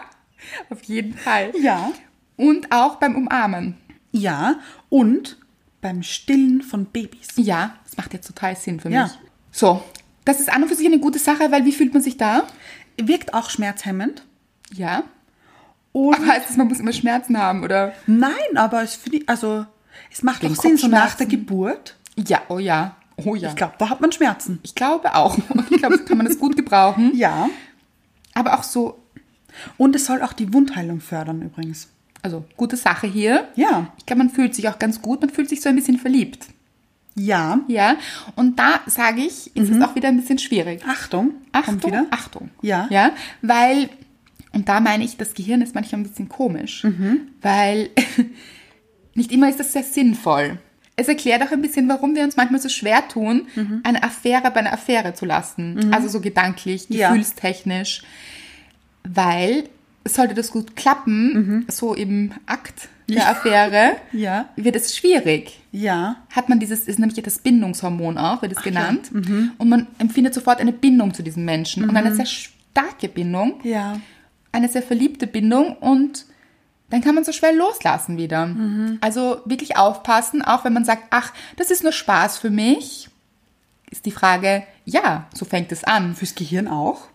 A: Auf jeden Fall.
B: Ja.
A: Und auch beim Umarmen.
B: Ja. Und beim Stillen von Babys.
A: Ja, das macht jetzt total Sinn für
B: Ja.
A: mich. So, das ist an und für sich eine gute Sache, weil wie fühlt man sich da?
B: Wirkt auch schmerzhemmend.
A: Ja.
B: Und
A: Aber heißt das, man muss immer Schmerzen haben, oder?
B: Nein, aber es finde ich, also es macht
A: Wegen
B: doch Sinn, so nach
A: Kopfschmerzen.
B: der Geburt.
A: Ja, oh ja. Oh ja.
B: Ich glaube, da hat man Schmerzen.
A: Ich glaube auch. Und ich glaube, so kann man das gut gebrauchen.
B: Ja.
A: Aber auch so,
B: Und es soll auch die Wundheilung fördern übrigens.
A: also gute Sache hier.
B: Ja.
A: Ich glaube, man fühlt sich auch ganz gut. Man fühlt sich so ein bisschen verliebt.
B: Ja.
A: Ja. Und da sage ich, ist
B: Mhm.
A: es auch wieder ein bisschen schwierig.
B: Achtung. kommt
A: Achtung,
B: wieder.
A: Achtung.
B: Ja.
A: Ja,
B: Mhm.
A: weil, und da meine ich, das Gehirn ist manchmal ein bisschen komisch, weil Nicht immer ist das sehr sinnvoll. Es erklärt auch ein bisschen, warum wir uns manchmal so schwer tun,
B: Mhm.
A: eine Affäre bei einer Affäre zu lassen. Also so gedanklich,
B: Ja.
A: gefühlstechnisch. Weil, sollte das gut klappen, so im Akt der Affäre,
B: Mhm. Ja.
A: wird es schwierig
B: Ja.
A: hat man dieses, ist nämlich das Bindungshormon auch, wird es genannt.
B: mhm.
A: Und man empfindet sofort eine Bindung zu diesem Menschen. Und eine sehr starke Bindung,
B: Ja.
A: eine sehr verliebte Bindung und dann kann man so schwer loslassen wieder.
B: Mhm.
A: Also wirklich aufpassen, auch wenn man sagt, ach, das ist nur Spaß für mich, ist die Frage, ja, so fängt es an.
B: Fürs Gehirn auch?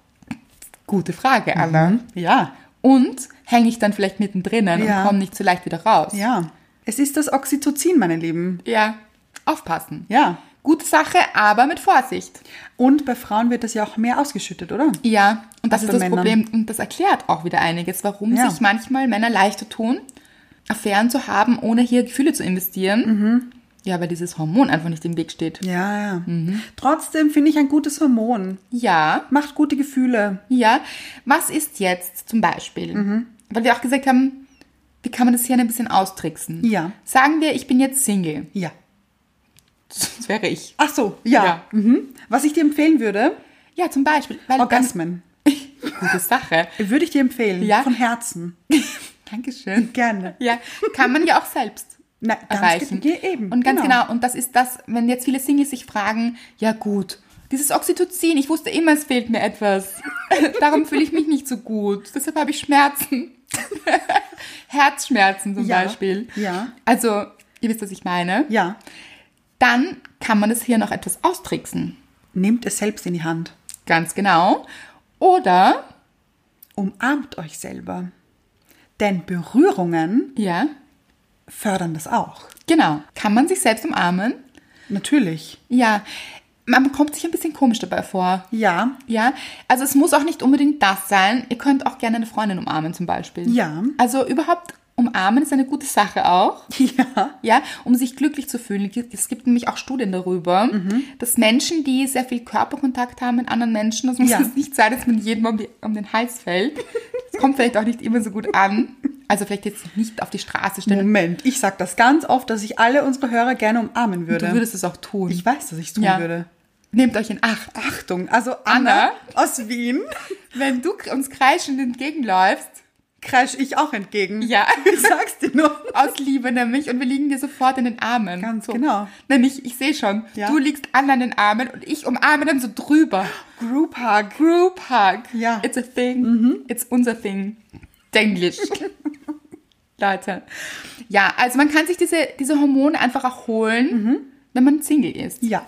A: Gute Frage,
B: Mhm.
A: Anna.
B: Ja.
A: Und hänge ich dann vielleicht mittendrin
B: Ja.
A: und komme nicht so leicht wieder raus.
B: Ja. Es ist das Oxytocin, meine Lieben.
A: ja. Aufpassen.
B: Ja.
A: Gute Sache, aber mit Vorsicht.
B: Und bei Frauen wird das ja auch mehr ausgeschüttet, oder?
A: Ja, und das
B: Als
A: ist
B: bei
A: das
B: Männern.
A: Problem. Und das erklärt auch wieder einiges, warum
B: Ja.
A: sich manchmal Männer leichter tun, Affären zu haben, ohne hier Gefühle zu investieren.
B: Mhm.
A: Ja, weil dieses Hormon einfach nicht im Weg steht.
B: Ja, ja.
A: Mhm.
B: Trotzdem finde ich ein gutes Hormon.
A: Ja,
B: Macht gute Gefühle.
A: ja. Was ist jetzt zum Beispiel?
B: Mhm.
A: Weil wir auch gesagt haben, wie kann man das hier ein bisschen austricksen?
B: Ja.
A: Sagen wir, ich bin jetzt Single.
B: Ja.
A: Das wäre ich.
B: Ach so, ja.
A: Ja.
B: Mhm. Was ich dir empfehlen würde,
A: Ja, zum Beispiel. Weil
B: Orgasmen,
A: Dann, gute Sache.
B: würde ich dir empfehlen.
A: Ja.
B: Von Herzen.
A: Dankeschön.
B: Gerne.
A: Ja, kann man ja auch selbst
B: Na, ganz
A: erreichen.
B: ge- ja, eben,
A: Und ganz
B: genau.
A: genau. und das ist das, wenn jetzt viele Singles sich fragen, ja gut, dieses Oxytocin, ich wusste immer, es fehlt mir etwas. Darum fühle ich mich nicht so gut. Deshalb habe ich Schmerzen. Herzschmerzen zum
B: Ja,
A: Beispiel.
B: ja.
A: Also, ihr wisst, was ich meine.
B: Ja.
A: Dann kann man es hier noch etwas austricksen.
B: Nehmt es selbst in die Hand.
A: Ganz genau. Oder,
B: Umarmt euch selber. Denn Berührungen
A: ja,
B: fördern das auch.
A: genau, kann man sich selbst umarmen?
B: Natürlich.
A: Ja, man kommt sich ein bisschen komisch dabei vor.
B: Ja.
A: Ja, also es muss auch nicht unbedingt das sein. Ihr könnt auch gerne eine Freundin umarmen zum Beispiel.
B: Ja.
A: Also überhaupt umarmen ist eine gute Sache auch.
B: Ja.
A: Ja, um sich glücklich zu fühlen. Es gibt nämlich auch Studien darüber,
B: Mhm.
A: dass Menschen, die sehr viel Körperkontakt haben mit anderen Menschen, das muss
B: Ja.
A: jetzt nicht sein, dass man jedem um, die, um den Hals fällt. Das kommt vielleicht auch nicht immer so gut an. Also vielleicht jetzt nicht auf die Straße stellen.
B: Moment, ich sag das ganz oft, dass ich alle unsere Hörer gerne umarmen würde.
A: Du würdest es auch tun.
B: ich weiß, dass ich es tun
A: Ja.
B: würde.
A: Nehmt euch in Acht.
B: Achtung, also Anna,
A: Anna?
B: aus Wien
A: Wenn du uns kreischend entgegenläufst,
B: kreisch ich auch entgegen.
A: ja.
B: Ich sag's dir nur.
A: Aus Liebe nämlich und wir liegen dir sofort in den Armen.
B: Ganz
A: so.
B: genau.
A: Nämlich, ich sehe schon,
B: Ja.
A: du liegst an in den Armen und ich umarme dann so drüber.
B: Group Hug.
A: Group Hug.
B: Ja. Mhm.
A: It's a thing. It's unser Thing. Denglisch. Leute. Ja, also man kann sich diese, diese Hormone einfach auch holen,
B: Mhm.
A: wenn man Single ist.
B: Ja.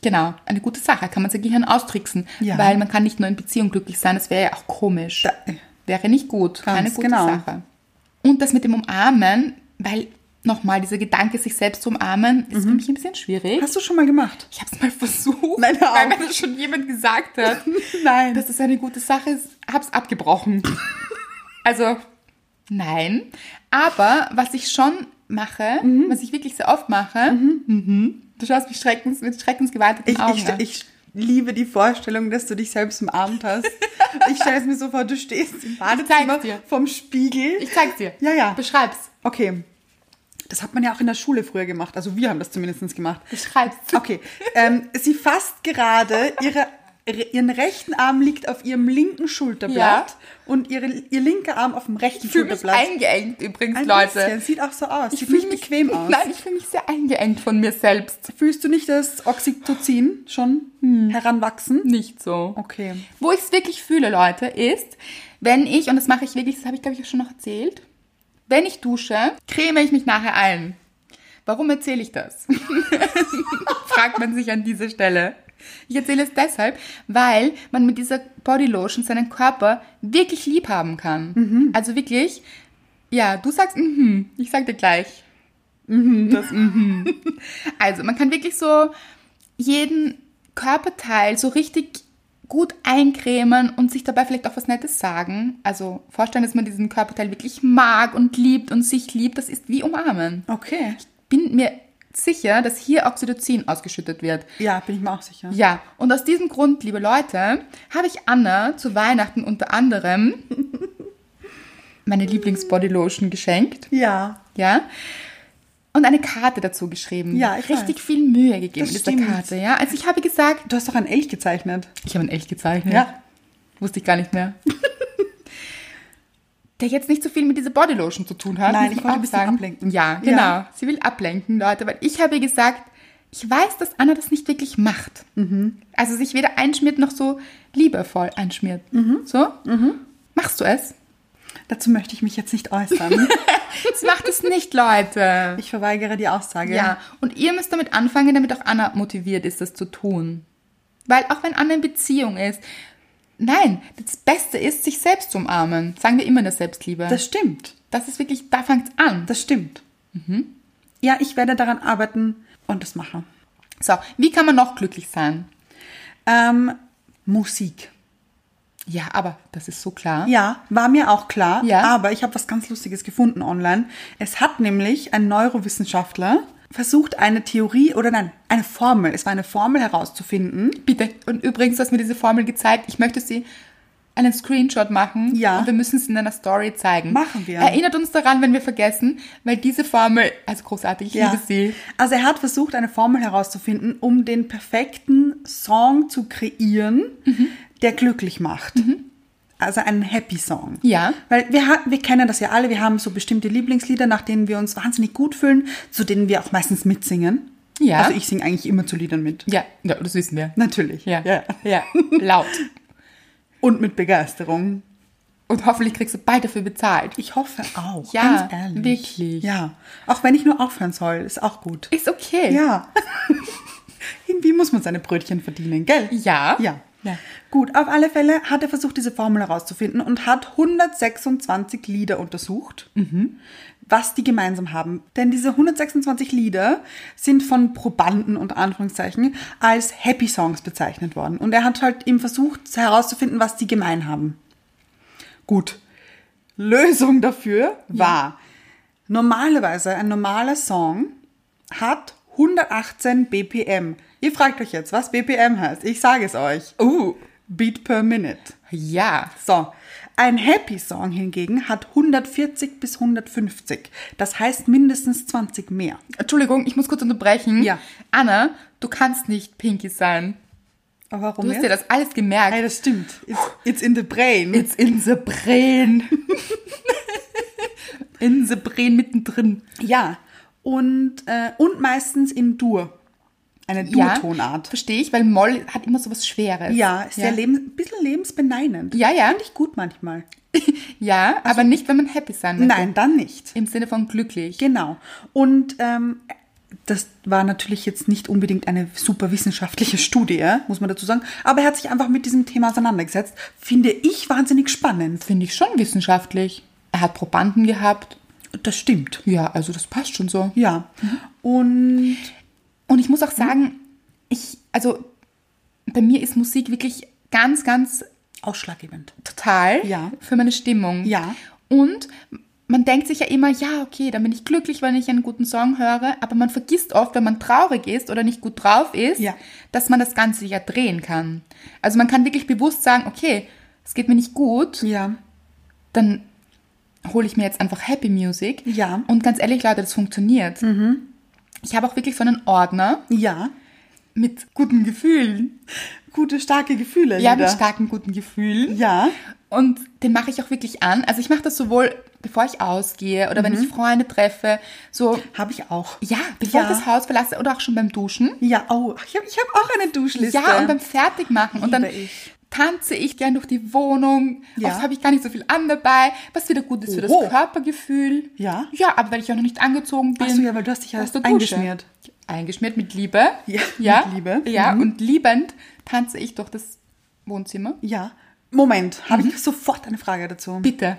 A: Genau. Eine gute Sache. Kann man sein Gehirn austricksen.
B: Ja.
A: Weil man kann nicht nur in Beziehung glücklich sein, das wäre ja auch komisch.
B: Da-
A: Wäre nicht gut.
B: Ganz
A: Keine gute
B: genau.
A: Sache. Und das mit dem Umarmen, weil nochmal dieser Gedanke, sich selbst zu umarmen, ist für mich ein bisschen schwierig.
B: Mhm. Hast du schon mal gemacht?
A: Ich habe es mal versucht,
B: Nein, hör
A: weil
B: auf.
A: mir das schon jemand gesagt hat,
B: Nein.
A: dass das eine gute Sache ist. Hab's abgebrochen. also, nein. Aber was ich schon mache,
B: Mhm.
A: was ich wirklich sehr oft mache, mhm, du schaust mich schreckens, mit schreckensgeweiteten
B: ich,
A: Augen
B: ich,
A: an.
B: ich liebe die Vorstellung, dass du dich selbst umarmt hast. ich stelle es mir so vor, du stehst im Badezimmer
A: zeig's dir.
B: vom Spiegel.
A: Ich zeig's dir.
B: Ja, ja.
A: Beschreib's.
B: Okay. Das hat man ja auch in der Schule früher gemacht. Also wir haben das zumindest gemacht.
A: Beschreib's.
B: Okay. ähm, sie fasst gerade ihre, ihren rechten Arm liegt auf ihrem linken Schulterblatt
A: Ja.
B: und ihre, ihr linker Arm auf dem rechten
A: Ich fühle mich
B: Schulterblatt.
A: eingeengt übrigens,
B: Ein bisschen.
A: Leute.
B: Sieht auch so aus.
A: Ich
B: Sieht
A: fühle
B: nicht bequem aus.
A: Nein, ich fühle mich sehr eingeengt von mir selbst.
B: Fühlst du nicht das Oxytocin schon
A: Hm.
B: heranwachsen?
A: Nicht so.
B: Okay.
A: Wo ich es wirklich fühle, Leute, ist, wenn ich, und das mache ich wirklich, das habe ich glaube ich auch schon noch erzählt, wenn ich dusche, creme ich mich nachher ein. Warum erzähle ich das? Fragt man sich an dieser Stelle. Ich erzähle es deshalb, weil man mit dieser Bodylotion seinen Körper wirklich lieb haben kann. Also wirklich, ja, du sagst, mhm, ich sag dir gleich. Das, mhm. Also, man kann wirklich so jeden Körperteil so richtig gut eincremen und sich dabei vielleicht auch was Nettes sagen. Also vorstellen, dass man diesen Körperteil wirklich mag und liebt und sich liebt, das ist wie umarmen.
B: Okay.
A: Bin mir sicher, dass hier Oxytocin ausgeschüttet wird.
B: Ja, bin ich mir auch sicher.
A: Ja, und aus diesem Grund, liebe Leute, habe ich Anna zu Weihnachten unter anderem meine Lieblingsbodylotion geschenkt.
B: Ja.
A: Ja. und eine Karte dazu geschrieben.
B: Ja, ich
A: Richtig viel Mühe gegeben
B: Das
A: in dieser
B: stimmt.
A: Karte, ja. Also ich habe gesagt,
B: Du hast doch einen Elch gezeichnet.
A: ich habe ihn echt gezeichnet.
B: Ja.
A: Wusste ich gar nicht mehr. Der jetzt nicht so viel mit dieser Bodylotion zu tun hat.
B: Nein,
A: muss man
B: ich wollte
A: auch
B: ein bisschen
A: sagen.
B: ablenken.
A: Ja, genau.
B: Ja.
A: Sie will ablenken, Leute, weil ich habe ihr gesagt, ich weiß, dass Anna das nicht wirklich macht.
B: Mhm.
A: Also sich weder einschmiert noch so liebevoll einschmiert.
B: Mhm.
A: So? Machst du es?
B: Dazu möchte ich mich jetzt nicht äußern.
A: Sie macht es nicht, Leute.
B: ich verweigere die Aussage.
A: Ja, und ihr müsst damit anfangen, damit auch Anna motiviert ist, das zu tun. Weil auch wenn Anna in Beziehung ist, nein, das Beste ist, sich selbst zu umarmen. Sagen wir immer in der Selbstliebe.
B: Das
A: Das,
B: stimmt.
A: ist wirklich, da fängt's an.
B: Das stimmt. Mhm. Ja, ich werde daran arbeiten und das machen.
A: So, wie kann man noch glücklich sein?
B: Ähm, Musik.
A: Ja, aber das ist so klar.
B: Ja, war mir auch klar.
A: Ja.
B: Aber ich habe was ganz Lustiges gefunden online. Es hat nämlich ein Neurowissenschaftler versucht, eine Theorie oder nein, eine Formel, es war eine Formel herauszufinden.
A: Bitte. Und übrigens, du hast mir diese Formel gezeigt. Ich möchte sie einen Screenshot machen.
B: Ja.
A: Und wir müssen es in einer Story zeigen.
B: Machen wir.
A: Erinnert uns daran, wenn wir vergessen, weil diese Formel, also großartig, ich liebe sie.
B: Also er hat versucht, eine Formel herauszufinden, um den perfekten Song zu kreieren, der glücklich macht. Also einen Happy Song.
A: Mhm. Ja.
B: Weil wir, ha- wir kennen das ja alle, wir haben so bestimmte Lieblingslieder, nach denen wir uns wahnsinnig gut fühlen, zu denen wir auch meistens mitsingen.
A: Ja.
B: Also ich singe eigentlich immer zu Liedern mit.
A: Ja, ja, das wissen wir.
B: Natürlich.
A: Ja. Ja. Laut.
B: Und mit Begeisterung.
A: Und hoffentlich kriegst du bald dafür bezahlt.
B: Ich hoffe auch.
A: Ja,
B: ganz ehrlich.
A: wirklich.
B: Ja. Auch wenn ich nur aufhören soll, ist auch gut.
A: Ist okay.
B: Ja. Irgendwie muss man seine Brötchen verdienen, gell?
A: Ja.
B: Ja.
A: Ja.
B: Gut, auf alle Fälle hat er versucht, diese Formel herauszufinden und hat 126 Lieder untersucht,
A: Mhm.
B: was die gemeinsam haben. Denn diese 126 Lieder sind von Probanden unter Anführungszeichen als Happy Songs bezeichnet worden. Und er hat halt eben versucht herauszufinden, was die gemein haben. Gut. Lösung dafür war, normalerweise ein normaler Song hat 118 BPM. Ihr fragt euch jetzt, was BPM heißt. Ich sage es euch. Uh, Beat per Minute.
A: Ja.
B: So, ein Happy Song hingegen hat 140 bis 150. Das heißt mindestens 20 mehr.
A: Entschuldigung, ich muss kurz unterbrechen.
B: Ja.
A: Anna, du kannst nicht Pinky sein.
B: Aber warum
A: Du hast dir
B: das?
A: das alles gemerkt.
B: Hey, das stimmt. It's, it's in the brain.
A: It's in the brain. in the brain mittendrin.
B: ja. Und, äh, und meistens in Dur. Eine Dur-Tonart.
A: Verstehe ich, weil Moll hat immer so was Schweres.
B: Ja, ist ja, lebens, ein bisschen lebensbeneinend.
A: Ja, ja.
B: Finde ich gut manchmal.
A: Ja, aber nicht, wenn man happy sein möchte.
B: Nein, dann nicht.
A: Im Sinne von glücklich.
B: Genau. Und ähm, das war natürlich jetzt nicht unbedingt eine super wissenschaftliche Studie, muss man dazu sagen. Aber er hat sich einfach mit diesem Thema auseinandergesetzt. Finde ich wahnsinnig spannend.
A: Finde ich schon wissenschaftlich. Er hat Probanden gehabt.
B: Das stimmt.
A: Ja, also das passt schon so.
B: Ja. Und
A: Und ich muss
B: Mhm.
A: auch sagen, ich, also bei mir ist Musik wirklich ganz, ganz
B: ausschlaggebend.
A: total
B: Ja.
A: für meine Stimmung.
B: Ja.
A: Und man denkt sich ja immer, ja, okay, dann bin ich glücklich, wenn ich einen guten Song höre, aber man vergisst oft, wenn man traurig ist oder nicht gut drauf ist,
B: Ja.
A: dass man das Ganze ja drehen kann. Also man kann wirklich bewusst sagen, okay, es geht mir nicht gut,
B: Ja.
A: dann hole ich mir jetzt einfach Happy Music.
B: Ja. Mhm.
A: Und ganz ehrlich, Leute, das funktioniert. Ich habe auch wirklich so einen Ordner
B: Ja.
A: mit guten Gefühlen.
B: Gute, starke Gefühle.
A: Ja, mit
B: Lieder.
A: starken guten Gefühlen.
B: Ja.
A: Und den mache ich auch wirklich an. Also ich mache das sowohl, bevor ich ausgehe oder wenn ich Freunde treffe. So,
B: Habe ich auch.
A: ja, bevor
B: Ja.
A: ich das Haus verlasse oder auch schon beim Duschen.
B: Ja, oh, ich habe ich hab auch eine Duschliste.
A: Ja, und beim Fertigmachen. Und
B: Liebe
A: dann
B: ich.
A: tanze ich gern durch die Wohnung.
B: Ja.
A: Oft habe ich gar nicht so viel an dabei, was wieder gut ist für
B: Oho.
A: das Körpergefühl.
B: Ja.
A: Ja, aber weil ich auch noch nicht angezogen bin.
B: Ach so, ja, weil du hast dich ja
A: aus der
B: eingeschmiert.
A: Dusche. Eingeschmiert mit Liebe.
B: Ja,
A: ja.
B: mit Liebe. Mhm.
A: Ja, und liebend tanze ich durch das Wohnzimmer.
B: ja. Moment,
A: Mhm.
B: habe ich sofort eine Frage dazu.
A: Bitte.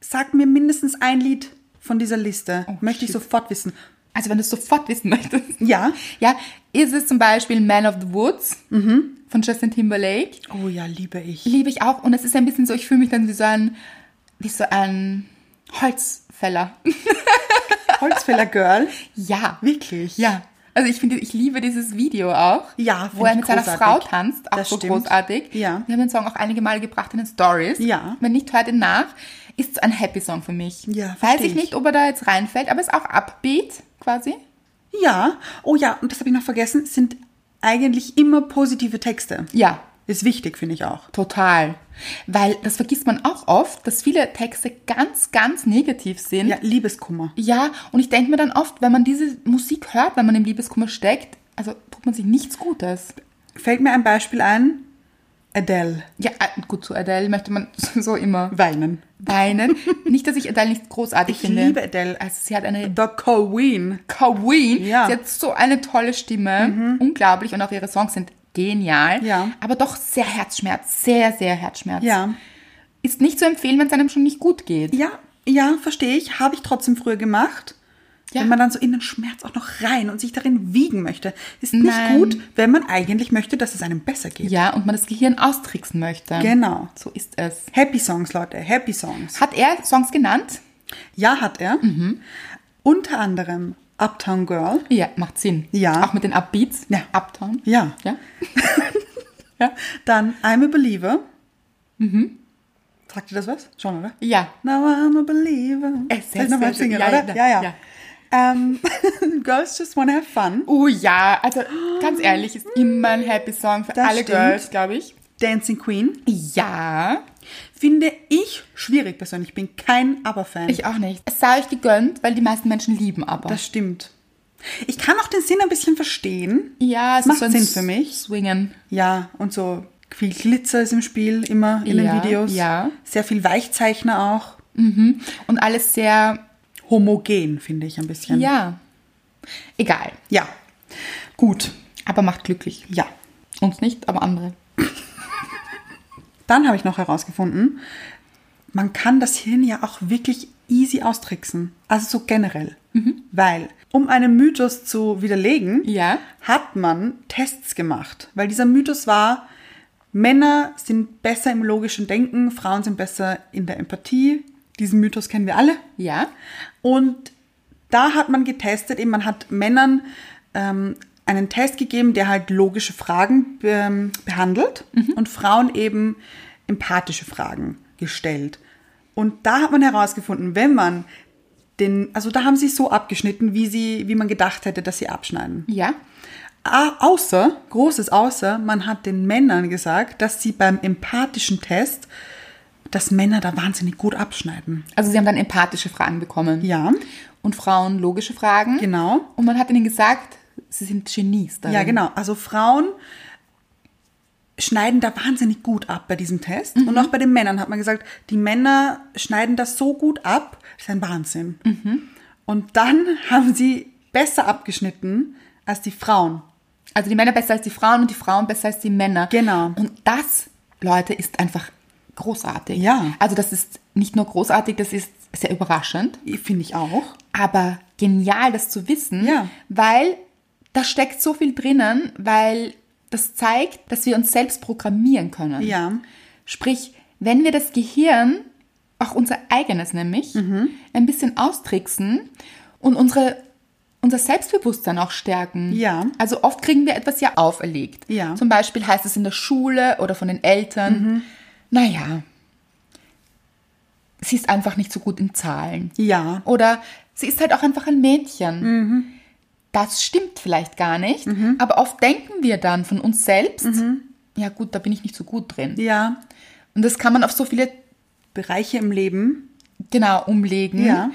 B: Sag mir mindestens ein Lied von dieser Liste. Möchte ich
A: Oh, shit.
B: sofort wissen.
A: Also wenn du es sofort wissen möchtest.
B: Ja.
A: Ja, ist es zum Beispiel Man of the Woods
B: Mhm.
A: von Justin Timberlake.
B: Oh ja, liebe ich.
A: Liebe ich auch. Und es ist ein bisschen so, ich fühle mich dann wie so ein, wie so ein Holzfäller.
B: Holzfäller Girl.
A: Ja.
B: Wirklich?
A: Ja. Also ich finde, ich liebe dieses Video auch.
B: Ja,
A: Wo
B: finde
A: er
B: ich
A: mit seiner
B: großartig.
A: Frau tanzt. Auch
B: Das
A: so
B: stimmt.
A: großartig.
B: Ja.
A: Wir haben den Song auch einige Male gebracht in den Stories.
B: Ja.
A: Wenn nicht, hört ihn nach. Ist ein Happy Song für mich.
B: Ja,
A: Weiß
B: verstehe
A: ich
B: ich.
A: nicht, ob er da jetzt reinfällt, aber ist auch Upbeat. quasi?
B: Ja, oh ja, und das habe ich noch vergessen, sind eigentlich immer positive Texte.
A: Ja,
B: Ist wichtig, finde ich auch.
A: total. Weil das vergisst man auch oft, dass viele Texte ganz, ganz negativ sind.
B: Ja, Liebeskummer.
A: Ja, und ich denke mir dann oft, wenn man diese Musik hört, wenn man im Liebeskummer steckt, also tut man sich nichts Gutes.
B: Fällt mir ein Beispiel ein. Adele.
A: Ja, äh, gut, zu Adele möchte man so immer
B: Weinen.
A: weinen. nicht, dass ich Adele nicht großartig
B: Ich
A: finde.
B: liebe Adele.
A: Also sie hat eine
B: The Queen.
A: Queen.
B: Ja. Mhm.
A: Sie hat so eine tolle Stimme. Unglaublich. Und auch ihre Songs sind genial.
B: Ja.
A: Aber doch sehr Herzschmerz. Sehr, sehr Herzschmerz.
B: Ja.
A: Ist nicht zu empfehlen, wenn es einem schon nicht gut geht.
B: Ja, ja, verstehe ich. Habe ich trotzdem früher gemacht.
A: Ja.
B: Wenn man dann so in den Schmerz auch noch rein und sich darin wiegen möchte, ist nicht
A: Nein.
B: gut, wenn man eigentlich möchte, dass es einem besser geht.
A: Ja, und man das Gehirn austricksen möchte.
B: Genau.
A: So ist es.
B: Happy Songs, Leute, Happy Songs.
A: Hat er Songs genannt?
B: Ja, hat er.
A: Mhm.
B: Unter anderem Uptown Girl.
A: Ja, macht Sinn.
B: Ja.
A: Auch mit den Upbeats.
B: Ja.
A: Uptown.
B: Ja.
A: Ja.
B: Dann I'm a Believer. Mhm. Sagt ihr das was? Schon, oder?
A: Ja.
B: Now I'm a believer.
A: Es ist
B: Soll ich nochmal
A: Äh, sehr schön.
B: singen,
A: Ja,
B: oder?
A: ja,
B: Ja, ja. Ähm, Girls just wanna have fun.
A: Oh ja, also ganz ehrlich, ist immer ein Happy Song für
B: Das
A: alle
B: stimmt.
A: Girls, glaube ich.
B: Dancing Queen.
A: Ja.
B: Finde ich schwierig persönlich. Ich bin kein Aber-Fan.
A: Ich auch nicht. Es sei euch gegönnt, weil die meisten Menschen lieben aber.
B: Das stimmt. Ich kann auch den Sinn ein bisschen verstehen.
A: ja, es
B: macht
A: ist so ein
B: Sinn für mich.
A: Swingen.
B: Ja, und so viel Glitzer ist im Spiel immer in
A: Ja,
B: den Videos.
A: ja.
B: Sehr viel Weichzeichner auch.
A: Und alles sehr,
B: Homogen, finde ich ein bisschen.
A: ja. Egal.
B: Ja. Gut.
A: Aber macht glücklich.
B: Ja.
A: Uns nicht, aber andere.
B: Dann habe ich noch herausgefunden, man kann das Hirn ja auch wirklich easy austricksen. Also so generell. Weil, um einen Mythos zu widerlegen,
A: Mhm. Ja.
B: hat man Tests gemacht. Weil dieser Mythos war, Männer sind besser im logischen Denken, Frauen sind besser in der Empathie. Diesen Mythos kennen wir alle.
A: Ja.
B: Und da hat man getestet, eben man hat Männern ähm, einen Test gegeben, der halt logische Fragen ähm, behandelt und Frauen eben empathische Fragen gestellt. Und da hat man herausgefunden, wenn man den, also da haben sie so abgeschnitten, wie sie, wie man gedacht hätte, dass sie abschneiden.
A: Ja.
B: Ah, Außer, großes Außer, man hat den Männern gesagt, dass sie beim empathischen Test, dass Männer da wahnsinnig gut abschneiden.
A: Also sie haben dann empathische Fragen bekommen.
B: Ja.
A: Und Frauen logische Fragen.
B: Genau.
A: Und man hat ihnen gesagt, sie sind Genies darin.
B: Ja, genau. Also Frauen schneiden da wahnsinnig gut ab bei diesem Test.
A: Mhm.
B: Und auch bei den Männern hat man gesagt, die Männer schneiden das so gut ab, das ist ein Wahnsinn.
A: Mhm.
B: Und dann haben sie besser abgeschnitten als die Frauen.
A: Also die Männer besser als die Frauen und die Frauen besser als die Männer.
B: Genau.
A: Und das, Leute, ist einfach großartig.
B: Ja.
A: Also das ist nicht nur großartig, das ist sehr überraschend,
B: Finde ich auch.
A: aber genial, das zu wissen,
B: Ja.
A: weil da steckt so viel drinnen, weil das zeigt, dass wir uns selbst programmieren können.
B: Ja.
A: Sprich, wenn wir das Gehirn, auch unser eigenes nämlich,
B: Mhm.
A: ein bisschen austricksen und unsere, unser Selbstbewusstsein auch stärken.
B: Ja.
A: Also oft kriegen wir etwas ja auferlegt.
B: Ja. Mhm.
A: Zum Beispiel heißt es in der Schule oder von den Eltern, naja, sie ist einfach nicht so gut in Zahlen.
B: Ja. Mhm.
A: Oder sie ist halt auch einfach ein Mädchen. Das stimmt vielleicht gar nicht, aber oft denken wir dann von uns selbst,
B: Mhm.
A: ja gut, da bin ich nicht so gut drin.
B: Ja.
A: Und das kann man auf so viele
B: Bereiche im Leben.
A: genau umlegen,
B: Ja. Mhm.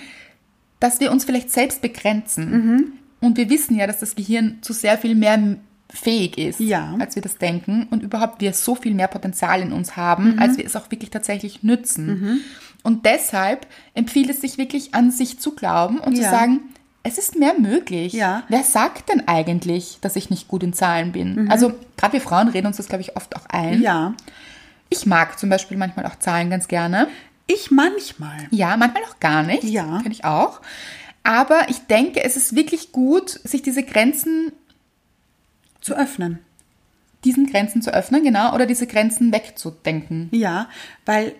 A: dass wir uns vielleicht selbst begrenzen. Und wir wissen ja, dass das Gehirn zu sehr viel mehr m- fähig ist,
B: Ja.
A: als wir das denken. Und überhaupt wir so viel mehr Potenzial in uns haben,
B: Mhm.
A: als wir es auch wirklich tatsächlich nützen. Und deshalb empfiehlt es sich wirklich an sich zu glauben und zu
B: Ja.
A: sagen, es ist mehr möglich.
B: Ja.
A: Wer sagt denn eigentlich, dass ich nicht gut in Zahlen bin? Also gerade wir Frauen reden uns das, glaube ich, oft auch ein.
B: Mhm. Ja.
A: Ich mag zum Beispiel manchmal auch Zahlen ganz gerne.
B: Ich manchmal.
A: Ja, manchmal auch gar nicht.
B: Ja.
A: Kann ich auch. Aber ich denke, es ist wirklich gut, sich diese Grenzen,
B: Zu öffnen.
A: diesen Grenzen zu öffnen, genau, oder diese Grenzen wegzudenken.
B: Ja. Weil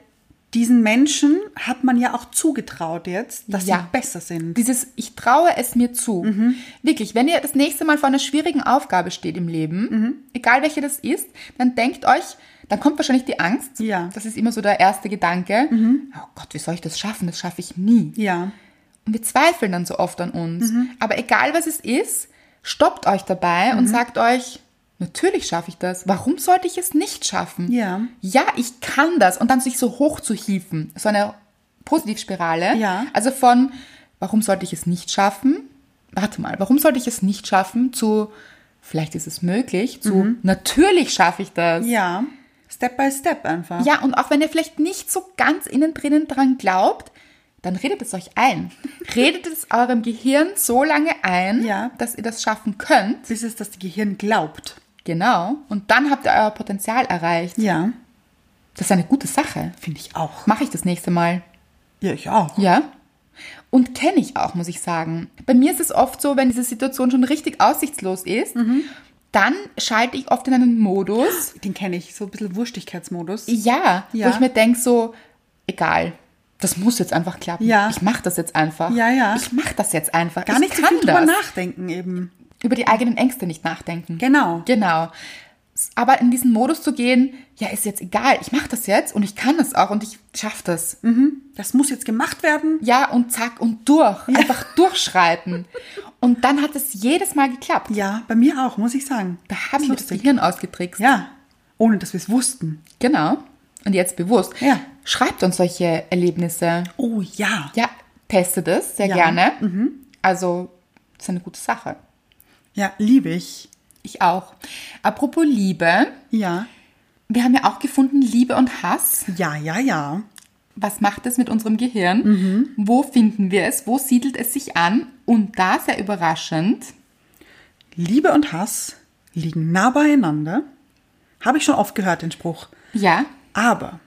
B: diesen Menschen hat man ja auch zugetraut jetzt, dass
A: Ja.
B: sie besser sind.
A: Dieses, ich traue es mir zu.
B: Mhm.
A: Wirklich, wenn ihr das nächste Mal vor einer schwierigen Aufgabe steht im Leben,
B: Mhm.
A: egal welche das ist, dann denkt euch, dann kommt wahrscheinlich die Angst.
B: Ja. Mhm.
A: Das ist immer so der erste Gedanke. Oh Gott, wie soll ich das schaffen? Das schaffe ich nie.
B: Ja.
A: Und wir zweifeln dann so oft an uns.
B: Mhm.
A: Aber egal was es ist, stoppt euch dabei und sagt euch, natürlich schaffe ich das. Warum sollte ich es nicht schaffen?
B: Ja.
A: Ja, ich kann das. Und dann sich so hoch zu hieven. So eine Positivspirale.
B: Ja.
A: Also von, warum sollte ich es nicht schaffen? Warte mal, warum sollte ich es nicht schaffen? Zu, vielleicht ist es möglich. Zu,
B: Mhm.
A: natürlich schaffe ich das.
B: Ja. Step by step einfach.
A: Ja, und auch wenn ihr vielleicht nicht so ganz innen drinnen dran glaubt, dann redet es euch ein. Redet es eurem Gehirn so lange ein,
B: Ja.
A: dass ihr das schaffen könnt.
B: Bis es das Gehirn glaubt.
A: Genau. Und dann habt ihr euer Potenzial erreicht.
B: Ja.
A: Das ist eine gute Sache.
B: Finde ich auch.
A: Mache ich das nächste Mal.
B: Ja, ich auch.
A: Ja. Und kenne ich auch, muss ich sagen. Bei mir ist es oft so, wenn diese Situation schon richtig aussichtslos ist, dann schalte ich oft in einen Modus,
B: Den kenne ich. So ein bisschen Wurstigkeitsmodus.
A: ja,
B: Ja.
A: wo ich mir denke so, egal, das muss jetzt einfach klappen.
B: Ja.
A: Ich mache das jetzt einfach.
B: Ja, ja.
A: Ich mache das jetzt einfach.
B: Gar
A: ich
B: nicht so
A: kann
B: viel
A: das.
B: drüber nachdenken eben.
A: Über die eigenen Ängste nicht nachdenken.
B: Genau.
A: Genau. Aber in diesen Modus zu gehen, ja, ist jetzt egal. Ich mache das jetzt und ich kann das auch und ich schaffe das.
B: Mhm. Das muss jetzt gemacht werden.
A: Ja, und zack und durch. Einfach durchschreiten. Und dann hat es jedes Mal geklappt.
B: Ja, bei mir auch, muss ich sagen.
A: Da haben
B: Ist
A: wir das
B: lustig.
A: Gehirn ausgetrickst.
B: Ja. Ohne, dass wir es wussten.
A: Genau. Und jetzt bewusst.
B: Ja.
A: Schreibt uns solche Erlebnisse.
B: Oh ja.
A: Ja, teste das sehr
B: Ja. Mhm.
A: gerne. Also, das ist eine gute Sache.
B: Ja, liebe ich.
A: Ich auch. Apropos Liebe.
B: Ja.
A: Wir haben ja auch gefunden Liebe und Hass.
B: Ja, ja, ja.
A: Was macht es mit unserem Gehirn?
B: Mhm.
A: Wo finden wir es? Wo siedelt es sich an? Und da sehr überraschend.
B: Liebe und Hass liegen nah beieinander. Habe ich schon oft gehört, den Spruch.
A: Ja,
B: Aber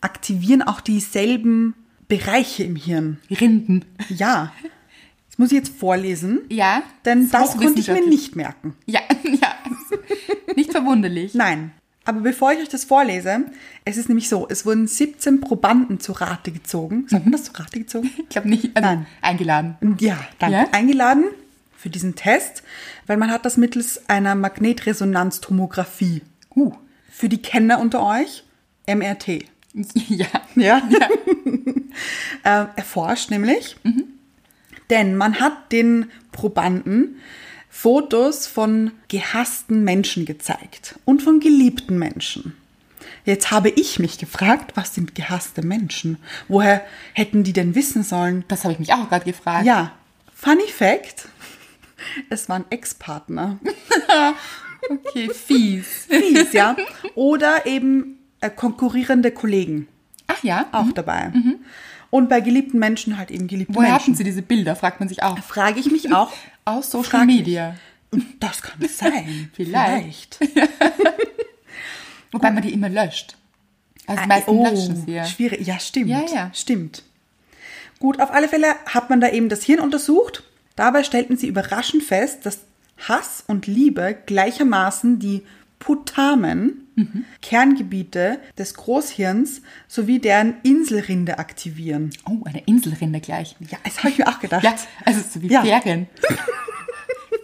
B: aktivieren auch dieselben Bereiche im Hirn.
A: Rinden.
B: Ja. Das muss ich jetzt vorlesen,
A: Ja.
B: denn
A: ist auch
B: das konnte ich mir
A: wissenschaftlich.
B: nicht merken.
A: Ja, ja. Nicht verwunderlich.
B: Nein. Aber bevor ich euch das vorlese, es ist nämlich so, es wurden 17 Probanden zu Rate gezogen.
A: Mhm.
B: Sagt man das zu Rate gezogen?
A: Ich glaube nicht. Also
B: Nein.
A: Eingeladen.
B: Ja, danke.
A: Ja?
B: Eingeladen für diesen Test, weil man hat das mittels einer Magnetresonanztomographie. Uh, für die Kenner unter euch, MRT.
A: Ja.
B: Ja. äh, erforscht nämlich.
A: Mhm.
B: Denn man hat den Probanden Fotos von gehassten Menschen gezeigt und von geliebten Menschen. Jetzt habe ich mich gefragt, was sind gehasste Menschen? Woher hätten die denn wissen sollen,
A: Das habe ich mich auch gerade gefragt.
B: ja, Funny Fact: Es waren Ex-Partner.
A: Okay, fies.
B: Fies, ja. Oder eben äh, konkurrierende Kollegen
A: Ach ja.
B: auch dabei. Und bei geliebten Menschen halt eben geliebte
A: Mhm. Woher hatten
B: Menschen.
A: sie diese Bilder, fragt man sich auch.
B: Frage ich mich auch.
A: Aus Social
B: frag mich,
A: Media.
B: Das kann sein.
A: Vielleicht.
B: Vielleicht.
A: Wobei man die immer löscht. Also die meisten löschen sie. ja.
B: Ah, oh, schwierig. Ja, stimmt.
A: Ja, ja.
B: Stimmt. Gut, auf alle Fälle hat man da eben das Hirn untersucht. Dabei stellten sie überraschend fest, dass Hass und Liebe gleichermaßen die Putamen,
A: Mhm.
B: Kerngebiete des Großhirns sowie deren Inselrinde aktivieren.
A: Oh, eine Inselrinde gleich.
B: Ja, das habe ich mir auch gedacht.
A: Ja, also so wie
B: Ja.
A: Ferien.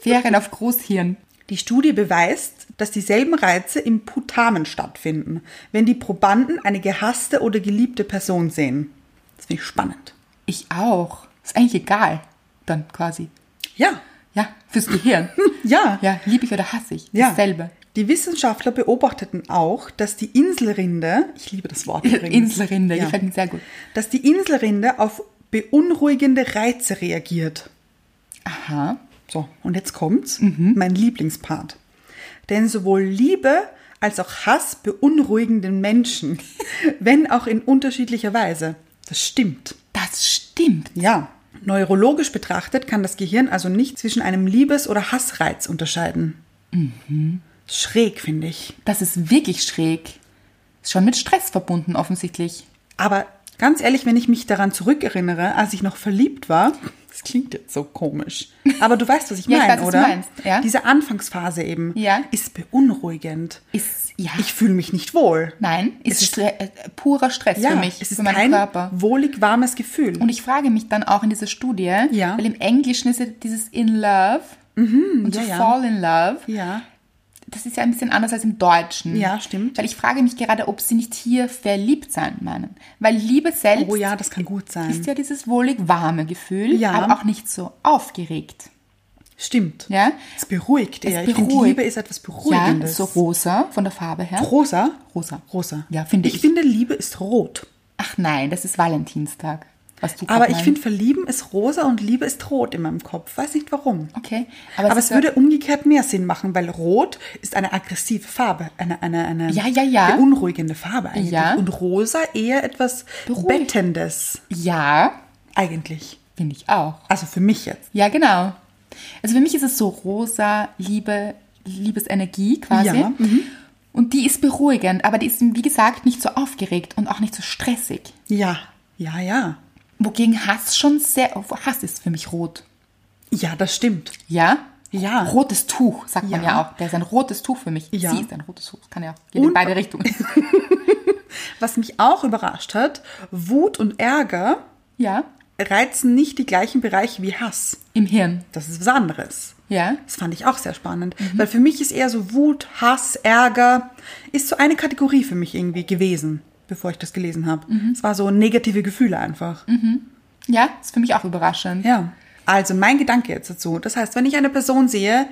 A: Ferien auf Großhirn.
B: Die Studie beweist, dass dieselben Reize im Putamen stattfinden, wenn die Probanden eine gehasste oder geliebte Person sehen. Das finde ich spannend.
A: Ich auch. Ist eigentlich egal. Dann quasi.
B: Ja,
A: Ja, fürs Gehirn.
B: Ja.
A: Ja, lieb ich oder hasse ich.
B: Ja.
A: Dasselbe.
B: Die Wissenschaftler beobachteten auch, dass die Inselrinde, ich liebe das Wort übrigens,
A: Inselrinde,
B: ja,
A: gefällt mir sehr gut.
B: dass die Inselrinde auf beunruhigende Reize reagiert.
A: Aha.
B: So, und jetzt kommt's, mein Lieblingspart. Denn sowohl Liebe als auch Hass beunruhigen den Menschen, wenn auch in unterschiedlicher Weise. Das stimmt.
A: Das stimmt.
B: Ja. Neurologisch betrachtet kann das Gehirn also nicht zwischen einem Liebes- oder Hassreiz unterscheiden. Schräg, finde ich.
A: Das ist wirklich schräg. Ist schon mit Stress verbunden, offensichtlich.
B: Aber ganz ehrlich, wenn ich mich daran zurückerinnere, als ich noch verliebt war, das klingt jetzt so komisch. Aber du weißt, was ich
A: Ja, ich
B: meine,
A: weiß, was du
B: oder?
A: meinst, ja.
B: Diese Anfangsphase eben
A: Ja.
B: ist beunruhigend.
A: Ist, ja.
B: Ich fühle mich nicht wohl.
A: Nein, ist, Stre- äh, purer Stress
B: ja,
A: für mich,
B: es ist
A: für meinen
B: kein
A: Körper.
B: wohlig warmes Gefühl.
A: Und ich frage mich dann auch in dieser Studie,
B: Ja. Mhm,
A: weil im Englischen ist ja dieses in love und
B: ja,
A: to
B: ja.
A: fall in love.
B: ja,
A: das ist ja ein bisschen anders als im Deutschen.
B: Ja, stimmt.
A: Weil ich frage mich gerade, ob sie nicht hier verliebt sein meinen. Weil Liebe selbst
B: Oh ja, das kann gut sein.
A: ist ja dieses wohlig warme Gefühl,
B: Ja.
A: aber auch nicht so aufgeregt.
B: Stimmt.
A: Ja?
B: Es beruhigt
A: Es
B: eher. Ich finde,
A: beruhigt.
B: Liebe ist etwas Beruhigendes.
A: Ja, so rosa von der Farbe her.
B: Rosa?
A: Rosa.
B: Rosa.
A: Ja, finde ich.
B: Ich finde, Liebe ist rot.
A: Ach nein, das ist Valentinstag. Was du gerade
B: Aber ich
A: meinst.
B: finde, Verlieben ist rosa und Liebe ist rot in meinem Kopf. Weiß nicht warum.
A: Okay.
B: Aber,
A: ist
B: es
A: ja-
B: würde umgekehrt mehr Sinn machen, weil rot ist eine aggressive Farbe, eine, eine, eine
A: Ja, ja, ja.
B: beunruhigende Farbe eigentlich.
A: Ja.
B: Und rosa eher etwas
A: Beruhigt.
B: Bettendes
A: Ja,
B: eigentlich.
A: finde ich auch.
B: Also für mich jetzt.
A: Ja, genau. Also für mich ist es so rosa Liebe, Liebesenergie quasi.
B: Ja, mhm.
A: Und die ist beruhigend, aber die ist, wie gesagt, nicht so aufgeregt und auch nicht so stressig.
B: Ja, ja, ja.
A: Wogegen Hass schon sehr, oh, Hass ist für mich rot.
B: Ja, das stimmt.
A: Ja?
B: Ja.
A: Rotes Tuch, sagt man
B: Ja.
A: ja auch. Der ist ein rotes Tuch für mich.
B: Ja.
A: Sie ist ein rotes Tuch. Kann ja auch. Geht in
B: Und-
A: beide Richtungen.
B: Was mich auch überrascht hat, Wut und Ärger
A: ja.
B: reizen nicht die gleichen Bereiche wie Hass.
A: Im Hirn.
B: Das ist was anderes.
A: Ja.
B: Das fand ich auch sehr spannend,
A: Mhm.
B: weil für mich ist eher so Wut, Hass, Ärger, ist so eine Kategorie für mich irgendwie gewesen, bevor ich das gelesen habe.
A: Mhm.
B: Es war so negative Gefühle einfach.
A: Ja, ist für mich auch überraschend.
B: Ja. Also mein Gedanke jetzt dazu. Das heißt, wenn ich eine Person sehe,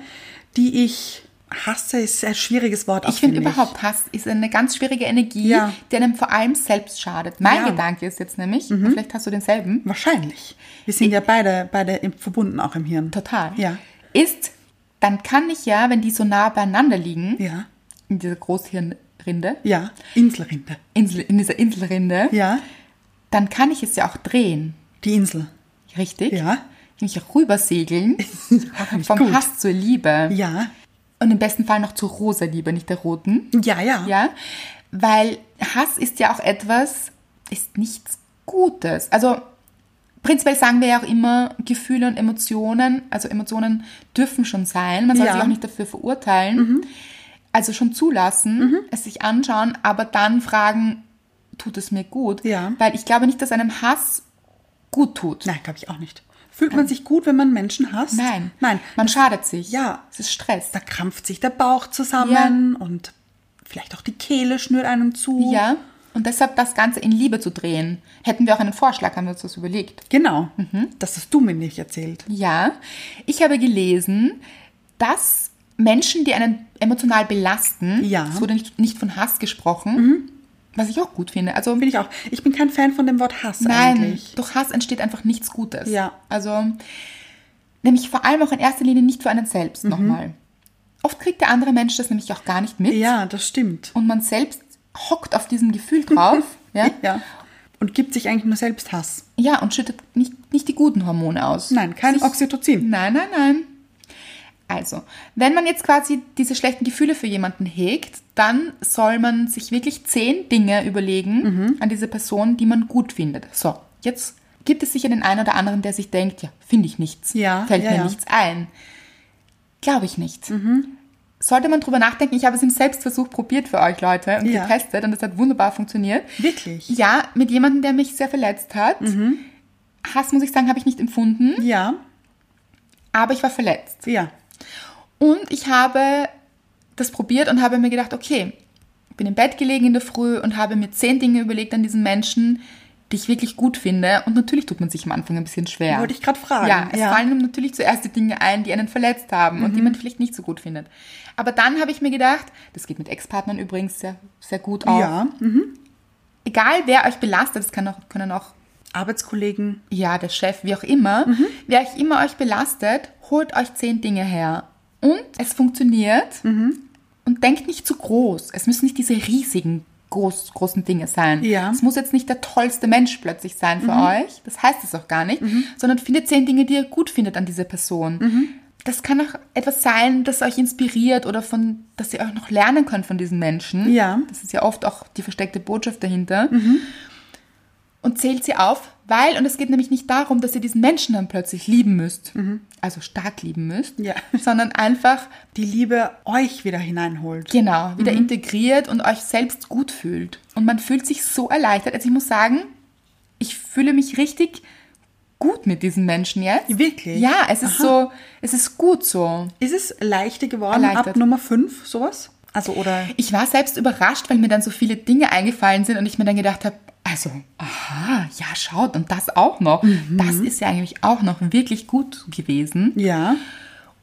B: die ich hasse, ist ein schwieriges Wort. auch,
A: Ich finde
B: find
A: überhaupt, Hass ist eine ganz schwierige Energie,
B: Ja.
A: die einem vor allem selbst schadet. Mein
B: Ja. Mhm.
A: Gedanke ist jetzt nämlich, vielleicht hast du denselben,
B: Wahrscheinlich. Wir sind ja beide, beide im, verbunden auch im Hirn.
A: total,
B: Ja.
A: ist, dann kann ich ja, wenn die so nah beieinander liegen,
B: Ja.
A: in dieser Großhirnrinde,
B: Ja. Inselrinde.
A: Insel, in dieser Inselrinde,
B: Ja.
A: dann kann ich es ja auch drehen,
B: Die Insel.
A: richtig?
B: Ja.
A: Mich rübersegeln
B: ich
A: vom
B: gut.
A: Hass zur Liebe
B: Ja.
A: und im besten Fall noch zur rosa Liebe, nicht der roten.
B: Ja, ja.
A: Ja, weil Hass ist ja auch etwas, ist nichts Gutes. Also prinzipiell sagen wir ja auch immer, Gefühle und Emotionen, also Emotionen dürfen schon sein. Man soll
B: Ja. Mhm.
A: sich auch nicht dafür verurteilen. Also schon zulassen, es sich anschauen, aber dann fragen, tut es mir gut?
B: Ja.
A: Weil ich glaube nicht, dass einem Hass gut tut.
B: Nein, glaube ich auch nicht. Fühlt man sich gut, wenn man Menschen hasst?
A: Nein.
B: Nein.
A: Man schadet sich.
B: Ja.
A: Es ist Stress.
B: da krampft sich der Bauch zusammen und vielleicht auch die Kehle schnürt einem zu.
A: Ja. Und deshalb das Ganze in Liebe zu drehen. Hätten wir auch einen Vorschlag, haben wir uns das überlegt.
B: Genau.
A: Mhm.
B: Das hast du mir nicht erzählt.
A: Ja, ich habe gelesen, dass Menschen, die einen emotional belasten,
B: Ja.
A: es wurde nicht, nicht von Hass gesprochen, was ich auch gut finde. Also
B: Bin ich auch. Ich bin kein Fan von dem Wort Hass
A: nein,
B: eigentlich.
A: durch Hass entsteht einfach nichts Gutes.
B: Ja.
A: Also nämlich vor allem auch in erster Linie nicht für einen selbst
B: Mhm.
A: nochmal. Oft kriegt der andere Mensch das nämlich auch gar nicht mit
B: Ja, das stimmt.
A: und man selbst hockt auf diesem Gefühl drauf. ja?
B: Ja. Und gibt sich eigentlich nur selbst Hass.
A: Ja, und schüttet nicht, nicht die guten Hormone aus.
B: Nein, kein
A: Sich-
B: Oxytocin.
A: Nein, nein, nein. Also, wenn man jetzt quasi diese schlechten Gefühle für jemanden hegt, dann soll man sich wirklich zehn Dinge überlegen
B: Mhm.
A: an diese Person, die man gut findet. So, jetzt gibt es sicher den einen oder anderen, der sich denkt, ja, finde ich nichts,
B: Ja,
A: fällt
B: ja,
A: mir
B: ja. Mhm.
A: nichts ein. Glaube ich nicht. Sollte man drüber nachdenken, ich habe es im Selbstversuch probiert für euch Leute und
B: Ja.
A: getestet und es hat wunderbar funktioniert.
B: Wirklich? Mhm.
A: Ja, mit jemandem, der mich sehr verletzt hat. Hass, muss ich sagen, habe ich nicht empfunden,
B: Ja.
A: aber ich war verletzt.
B: Ja.
A: Und ich habe das probiert und habe mir gedacht, okay, bin im Bett gelegen in der Früh und habe mir zehn Dinge überlegt an diesen Menschen, die ich wirklich gut finde. Und natürlich tut man sich am Anfang ein bisschen schwer.
B: Wollte ich gerade fragen.
A: Ja, es
B: Ja. Mhm.
A: fallen einem natürlich zuerst die Dinge ein, die einen verletzt haben und die man vielleicht nicht so gut findet. Aber dann habe ich mir gedacht, das geht mit Ex-Partnern übrigens sehr, sehr gut auch.
B: Ja.
A: Egal, wer euch belastet, es kann auch, können auch
B: Arbeitskollegen.
A: ja, der Chef, wie auch immer,
B: Mhm.
A: wer euch immer euch belastet, holt euch zehn Dinge her. Und es funktioniert.
B: Mhm.
A: Und denkt nicht zu groß. Es müssen nicht diese riesigen, groß, großen Dinge sein.
B: Ja. Mhm.
A: Es muss jetzt nicht der tollste Mensch plötzlich sein für euch. Das heißt es auch gar nicht. Sondern findet zehn Dinge, die ihr gut findet an dieser Person.
B: Mhm.
A: Das kann auch etwas sein, das euch inspiriert oder von, dass ihr auch noch lernen könnt von diesen Menschen.
B: Ja. Mhm.
A: Das ist ja oft auch die versteckte Botschaft dahinter und zählt sie auf, weil, und es geht nämlich nicht darum, dass ihr diesen Menschen dann plötzlich lieben müsst, also stark lieben müsst,
B: Mhm. Ja.
A: sondern einfach,
B: Die Liebe euch wieder hineinholt.
A: genau, wieder
B: Mhm.
A: integriert und euch selbst gut fühlt. Und man fühlt sich so erleichtert. Also ich muss sagen, ich fühle mich richtig gut mit diesen Menschen jetzt.
B: Wirklich?
A: Ja, es ist so, es ist gut so.
B: Ist es leichter geworden ab
A: Erleichtert.
B: Nummer 5, sowas? Also, oder
A: Ich war selbst überrascht, weil mir dann so viele Dinge eingefallen sind und ich mir dann gedacht habe, also, aha, ja, schaut, und das auch noch.
B: Mhm.
A: Das ist ja eigentlich auch noch wirklich gut gewesen.
B: ja.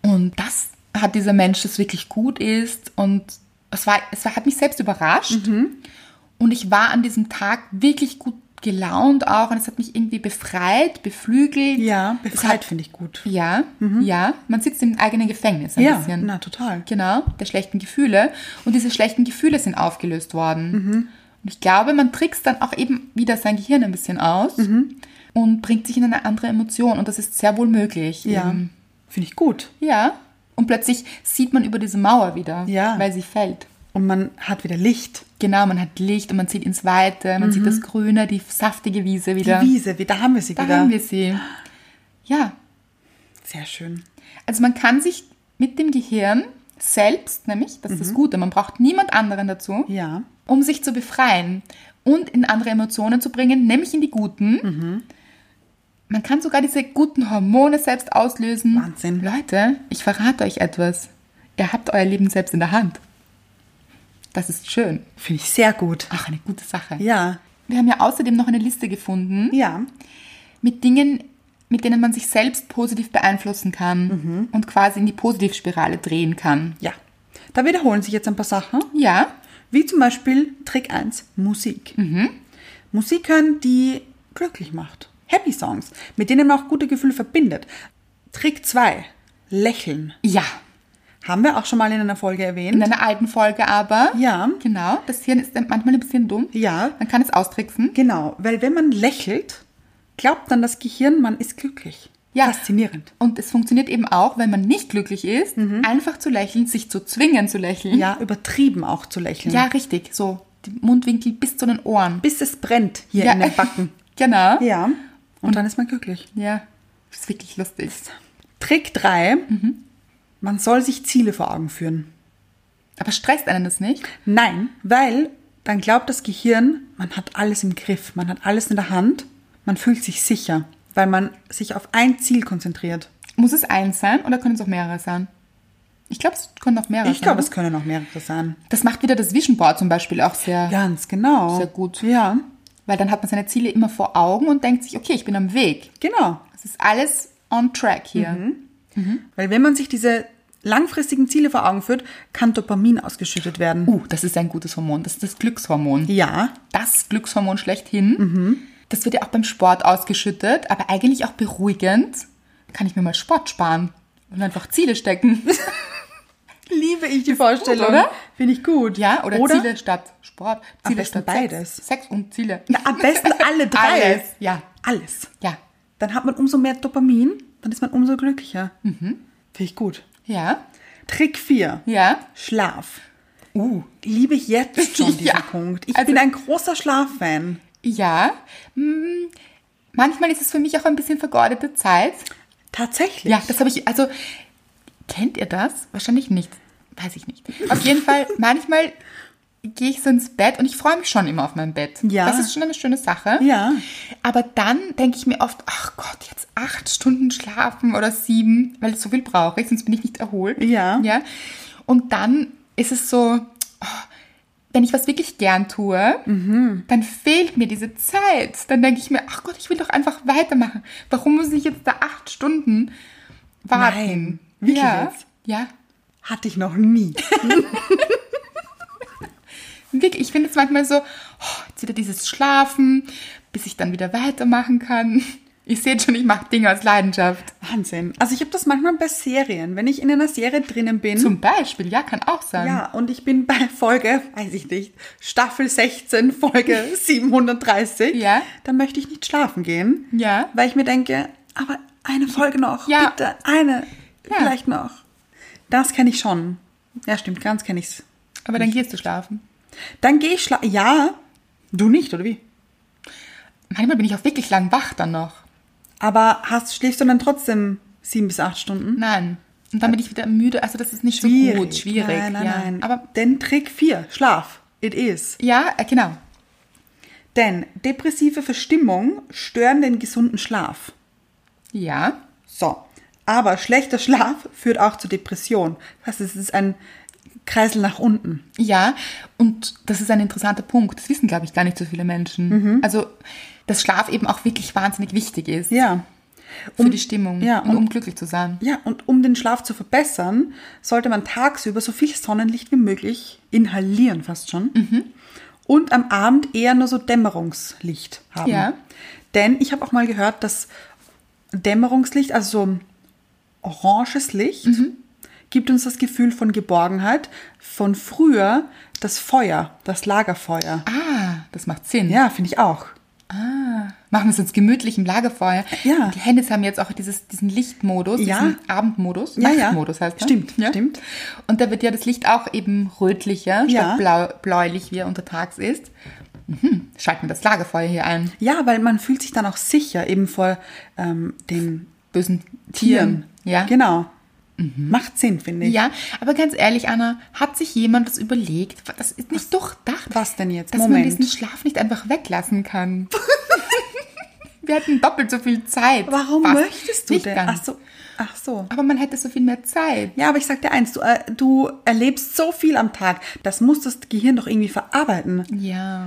A: Und das hat dieser Mensch, das wirklich gut ist. Und es, war, es war, hat mich selbst überrascht.
B: Mhm.
A: Und ich war an diesem Tag wirklich gut gelaunt auch. Und es hat mich irgendwie befreit, beflügelt.
B: Ja,
A: Es
B: befreit
A: hat-
B: finde ich gut.
A: Ja, ja. Man sitzt im eigenen Gefängnis ein
B: Ja,
A: bisschen.
B: na, total.
A: Genau, der schlechten Gefühle. Und diese schlechten Gefühle sind aufgelöst worden.
B: Mhm.
A: Und ich glaube, man trickst dann auch eben wieder sein Gehirn ein bisschen aus
B: Mhm.
A: und bringt sich in eine andere Emotion. Und das ist sehr wohl möglich.
B: Ja,
A: eben.
B: finde ich gut.
A: Ja. Und plötzlich sieht man über diese Mauer wieder,
B: Ja.
A: weil sie fällt.
B: Und man hat wieder Licht.
A: Genau, man hat Licht und man sieht ins Weite, man sieht das Grüne, die saftige Wiese
B: Mhm. Die
A: wieder.
B: Wiese, wie- da haben wir sie
A: da
B: wieder.
A: haben wir sie. Ja.
B: Sehr schön.
A: Also man kann sich mit dem Gehirn selbst, nämlich, das ist
B: Mhm.
A: das Gute, man braucht niemand anderen dazu,
B: Ja.
A: um sich zu befreien und in andere Emotionen zu bringen, nämlich in die guten. Man kann sogar diese guten Hormone selbst auslösen.
B: Wahnsinn.
A: Leute, ich verrate euch etwas. Ihr habt euer Leben selbst in der Hand. Das ist schön.
B: Finde ich sehr gut.
A: Ach, eine gute Sache.
B: Ja.
A: Wir haben ja außerdem noch eine Liste gefunden
B: Ja.
A: mit Dingen, mit denen man sich selbst positiv beeinflussen kann
B: Mhm.
A: und quasi in die Positivspirale drehen kann.
B: Ja. Da wiederholen sich jetzt ein paar Sachen.
A: Ja,
B: Wie zum Beispiel Trick 1, Musik.
A: Mhm.
B: Musik hören, die glücklich macht. Happy Songs, mit denen man auch gute Gefühle verbindet. Trick 2, Lächeln.
A: ja.
B: Haben wir auch schon mal in einer Folge erwähnt.
A: In einer alten Folge aber.
B: Ja.
A: Genau. Das Hirn ist manchmal ein bisschen dumm.
B: Ja.
A: Man kann es austricksen.
B: Genau, weil wenn man lächelt, glaubt dann das Gehirn, man ist glücklich.
A: Ja.
B: Faszinierend.
A: Und es funktioniert eben auch, wenn man nicht glücklich ist, einfach zu lächeln, sich zu zwingen zu lächeln.
B: Mhm. Ja, genau. übertrieben auch zu lächeln.
A: Mhm. Ja, richtig. So, die Mundwinkel bis zu den Ohren. äh,
B: Bis es brennt hier in den Backen.
A: genau.
B: Ja. Und, dann ist man glücklich.
A: Ja. Das ist wirklich lustig.
B: Trick 3,
A: Mhm.
B: man soll sich Ziele vor Augen führen.
A: Aber stresst einen das nicht?
B: Nein, weil dann glaubt das Gehirn, man hat alles im Griff, man hat alles in der Hand, man fühlt sich sicher, weil man sich auf ein Ziel konzentriert.
A: Muss es eins sein oder können es auch mehrere sein? Ich glaube, es können auch mehrere
B: Ich glaube,
A: sein.
B: es können auch mehrere sein.
A: Das macht wieder das Vision Board zum Beispiel auch sehr,
B: Ganz genau.
A: sehr gut.
B: Ja,
A: Weil dann hat man seine Ziele immer vor Augen und denkt sich, okay, ich bin am Weg.
B: genau.
A: Es ist alles on track hier.
B: Mhm. Weil wenn man sich diese langfristigen Ziele vor Augen führt, kann Dopamin ausgeschüttet werden.
A: Uh, das ist ein gutes Hormon. Das ist das Glückshormon.
B: Ja,
A: Das Glückshormon schlechthin. Das wird ja auch beim Sport ausgeschüttet, aber eigentlich auch beruhigend. Kann ich mir mal Sport sparen und einfach Ziele stecken.
B: liebe ich die Vorstellung.
A: gut, oder?
B: Finde ich gut.
A: Ja, oder,
B: oder
A: Ziele statt Sport.
B: Am
A: Ziele
B: besten
A: statt
B: beides.
A: Sex. Sex und Ziele.
B: Na, am besten alle drei.
A: Alles. Ja,
B: Alles.
A: ja,
B: Dann hat man umso mehr Dopamin, dann ist man umso glücklicher. Mhm. Finde ich gut.
A: ja,
B: Trick 4.
A: ja.
B: Schlaf. Uh, liebe ich jetzt schon diesen
A: Ja.
B: Punkt. Ich
A: Also-
B: bin ein großer Schlaffan.
A: Ja, hm, manchmal ist es für mich auch ein bisschen vergeudete Zeit.
B: Tatsächlich.
A: Ja, das habe ich, also kennt ihr das? Wahrscheinlich nicht, weiß ich nicht. Auf jeden Fall, manchmal gehe ich so ins Bett und ich freue mich schon immer auf mein Bett.
B: Ja.
A: Das ist schon eine schöne Sache.
B: Ja.
A: Aber dann denke ich mir oft, ach Gott, jetzt acht Stunden schlafen oder sieben, weil so viel brauche ich, sonst bin ich nicht erholt.
B: Ja.
A: ja? Und dann ist es so, oh, wenn ich was wirklich gern tue,
B: Mhm.
A: dann fehlt mir diese Zeit. Dann denke ich mir, ach Gott, ich will doch einfach weitermachen. Warum muss ich jetzt da acht Stunden warten?
B: Nein, wirklich
A: ja.
B: jetzt?
A: Ja.
B: Hatte ich noch nie.
A: Wirklich, ich finde es manchmal so, oh, jetzt wieder dieses Schlafen, bis ich dann wieder weitermachen kann. Ihr seht schon, ich mache Dinge aus Leidenschaft.
B: Wahnsinn. Also ich habe das manchmal bei Serien. Wenn ich in einer Serie drinnen bin.
A: Zum Beispiel, ja, kann auch sein.
B: ja, und ich bin bei Folge, weiß ich nicht, Staffel 16, Folge 730.
A: Ja.
B: Dann möchte ich nicht schlafen gehen.
A: Ja.
B: Weil ich mir denke, aber eine Folge noch.
A: Ja.
B: Bitte, eine.
A: Ja.
B: Vielleicht noch. Das kenne ich schon. Ja, stimmt, ganz kenne ich's.
A: Aber dann gehst du schlafen.
B: Dann gehe ich schlafen. Ja. Du nicht, oder wie?
A: Manchmal bin ich auch wirklich lang wach dann noch.
B: Aber hast, schläfst du dann trotzdem sieben bis acht Stunden?
A: Nein. Und dann bin ich wieder müde. Also das ist nicht so gut, schwierig.
B: Nein, nein,
A: ja.
B: nein.
A: Aber
B: Denn Trick 4, Schlaf. It is.
A: ja, äh, genau.
B: Denn depressive Verstimmung stören den gesunden Schlaf.
A: Ja.
B: So. Aber schlechter Schlaf führt auch zu Depression. Das heißt, es ist ein Kreisel nach unten.
A: Ja, und das ist ein interessanter Punkt. Das wissen, glaube ich, gar nicht so viele Menschen. Also, dass Schlaf eben auch wirklich wahnsinnig wichtig ist
B: Mhm. Ja.
A: für
B: Um-
A: die Stimmung
B: Ja,
A: und
B: und-
A: um glücklich zu sein.
B: Ja, und um den Schlaf zu verbessern, sollte man tagsüber so viel Sonnenlicht wie möglich inhalieren, fast schon.
A: Mhm.
B: Und am Abend eher nur so Dämmerungslicht haben.
A: Ja.
B: Denn ich habe auch mal gehört, dass Dämmerungslicht, also so oranges Licht,
A: Mhm.
B: gibt uns das Gefühl von Geborgenheit, von früher das Feuer, das Lagerfeuer.
A: Ah, das macht Sinn.
B: Ja, finde ich auch.
A: Machen wir es uns gemütlich im Lagerfeuer.
B: Ja.
A: Die Handys haben jetzt auch dieses, diesen Lichtmodus,
B: Ja.
A: diesen Abendmodus,
B: Ja, ja.
A: Nachtmodus heißt er.
B: Stimmt, stimmt.
A: Und da wird ja das Licht auch eben rötlicher,
B: Ja.
A: statt blau, bläulich, wie er untertags ist. Mhm. Schalten wir das Lagerfeuer hier ein.
B: Ja, weil man fühlt sich dann auch sicher, eben vor ähm, den
A: Bösen
B: Tieren.
A: Tieren. Ja. Mhm.
B: Genau. Macht Sinn, finde ich.
A: Ja, aber ganz ehrlich, Anna, hat sich jemand was überlegt? Das ist nicht durchdacht.
B: was denn jetzt?
A: Dass man
B: Moment.
A: diesen Schlaf nicht einfach weglassen kann. wir hatten doppelt so viel Zeit.
B: Warum
A: Fast.
B: möchtest du
A: nicht
B: denn?
A: Ganz.
B: Ach so. Ach so.
A: Aber man hätte so viel mehr Zeit.
B: Ja, aber ich sag dir eins, du, äh, du erlebst so viel am Tag, das muss das Gehirn doch irgendwie verarbeiten.
A: Ja.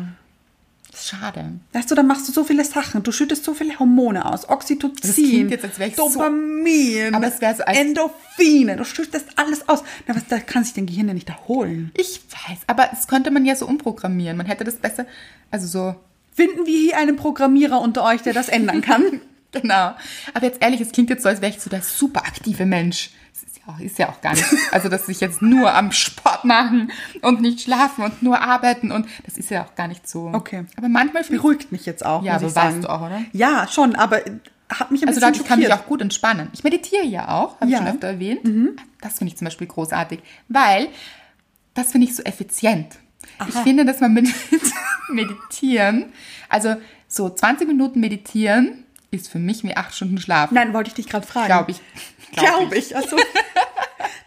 A: Das ist schade.
B: Weißt du, dann machst du so viele Sachen, du schüttest so viele Hormone aus,
A: Das klingt
B: Oxytocin,
A: jetzt, als wäre ich so-
B: Dopamin,
A: Aber es wäre so als-
B: Endorphine, du schüttest alles aus. Na, was, da kann sich dein Gehirn ja nicht erholen.
A: Ich weiß, aber das könnte man ja so umprogrammieren. Man hätte das besser, also so,
B: Finden wir hier einen Programmierer unter euch, der das ändern kann?
A: genau. Aber jetzt ehrlich, es klingt jetzt so, als wäre ich so der super aktive Mensch. Das ist ja auch, ist ja auch gar nicht. Also, dass ich jetzt nur am Sport machen und nicht schlafen und nur arbeiten und das ist ja auch gar nicht so.
B: Okay.
A: Aber manchmal fühle ich-
B: Beruhigt mich jetzt auch,
A: Ja,
B: muss
A: aber
B: ich sagen.
A: weißt du auch, oder?
B: Ja, schon, aber hat mich ein
A: Also dadurch
B: bisschen
A: kann ich
B: schockiert.
A: auch gut entspannen. Ich meditiere ja auch, habe
B: Ja. Mhm.
A: ich schon öfter erwähnt. Das finde ich zum Beispiel großartig, weil das finde ich so effizient. Ich finde, dass man mit meditieren, also so 20 Minuten meditieren, ist für mich wie acht Stunden Schlaf.
B: Nein, wollte ich dich gerade fragen.
A: Glaube ich.
B: Glaube ich. Also,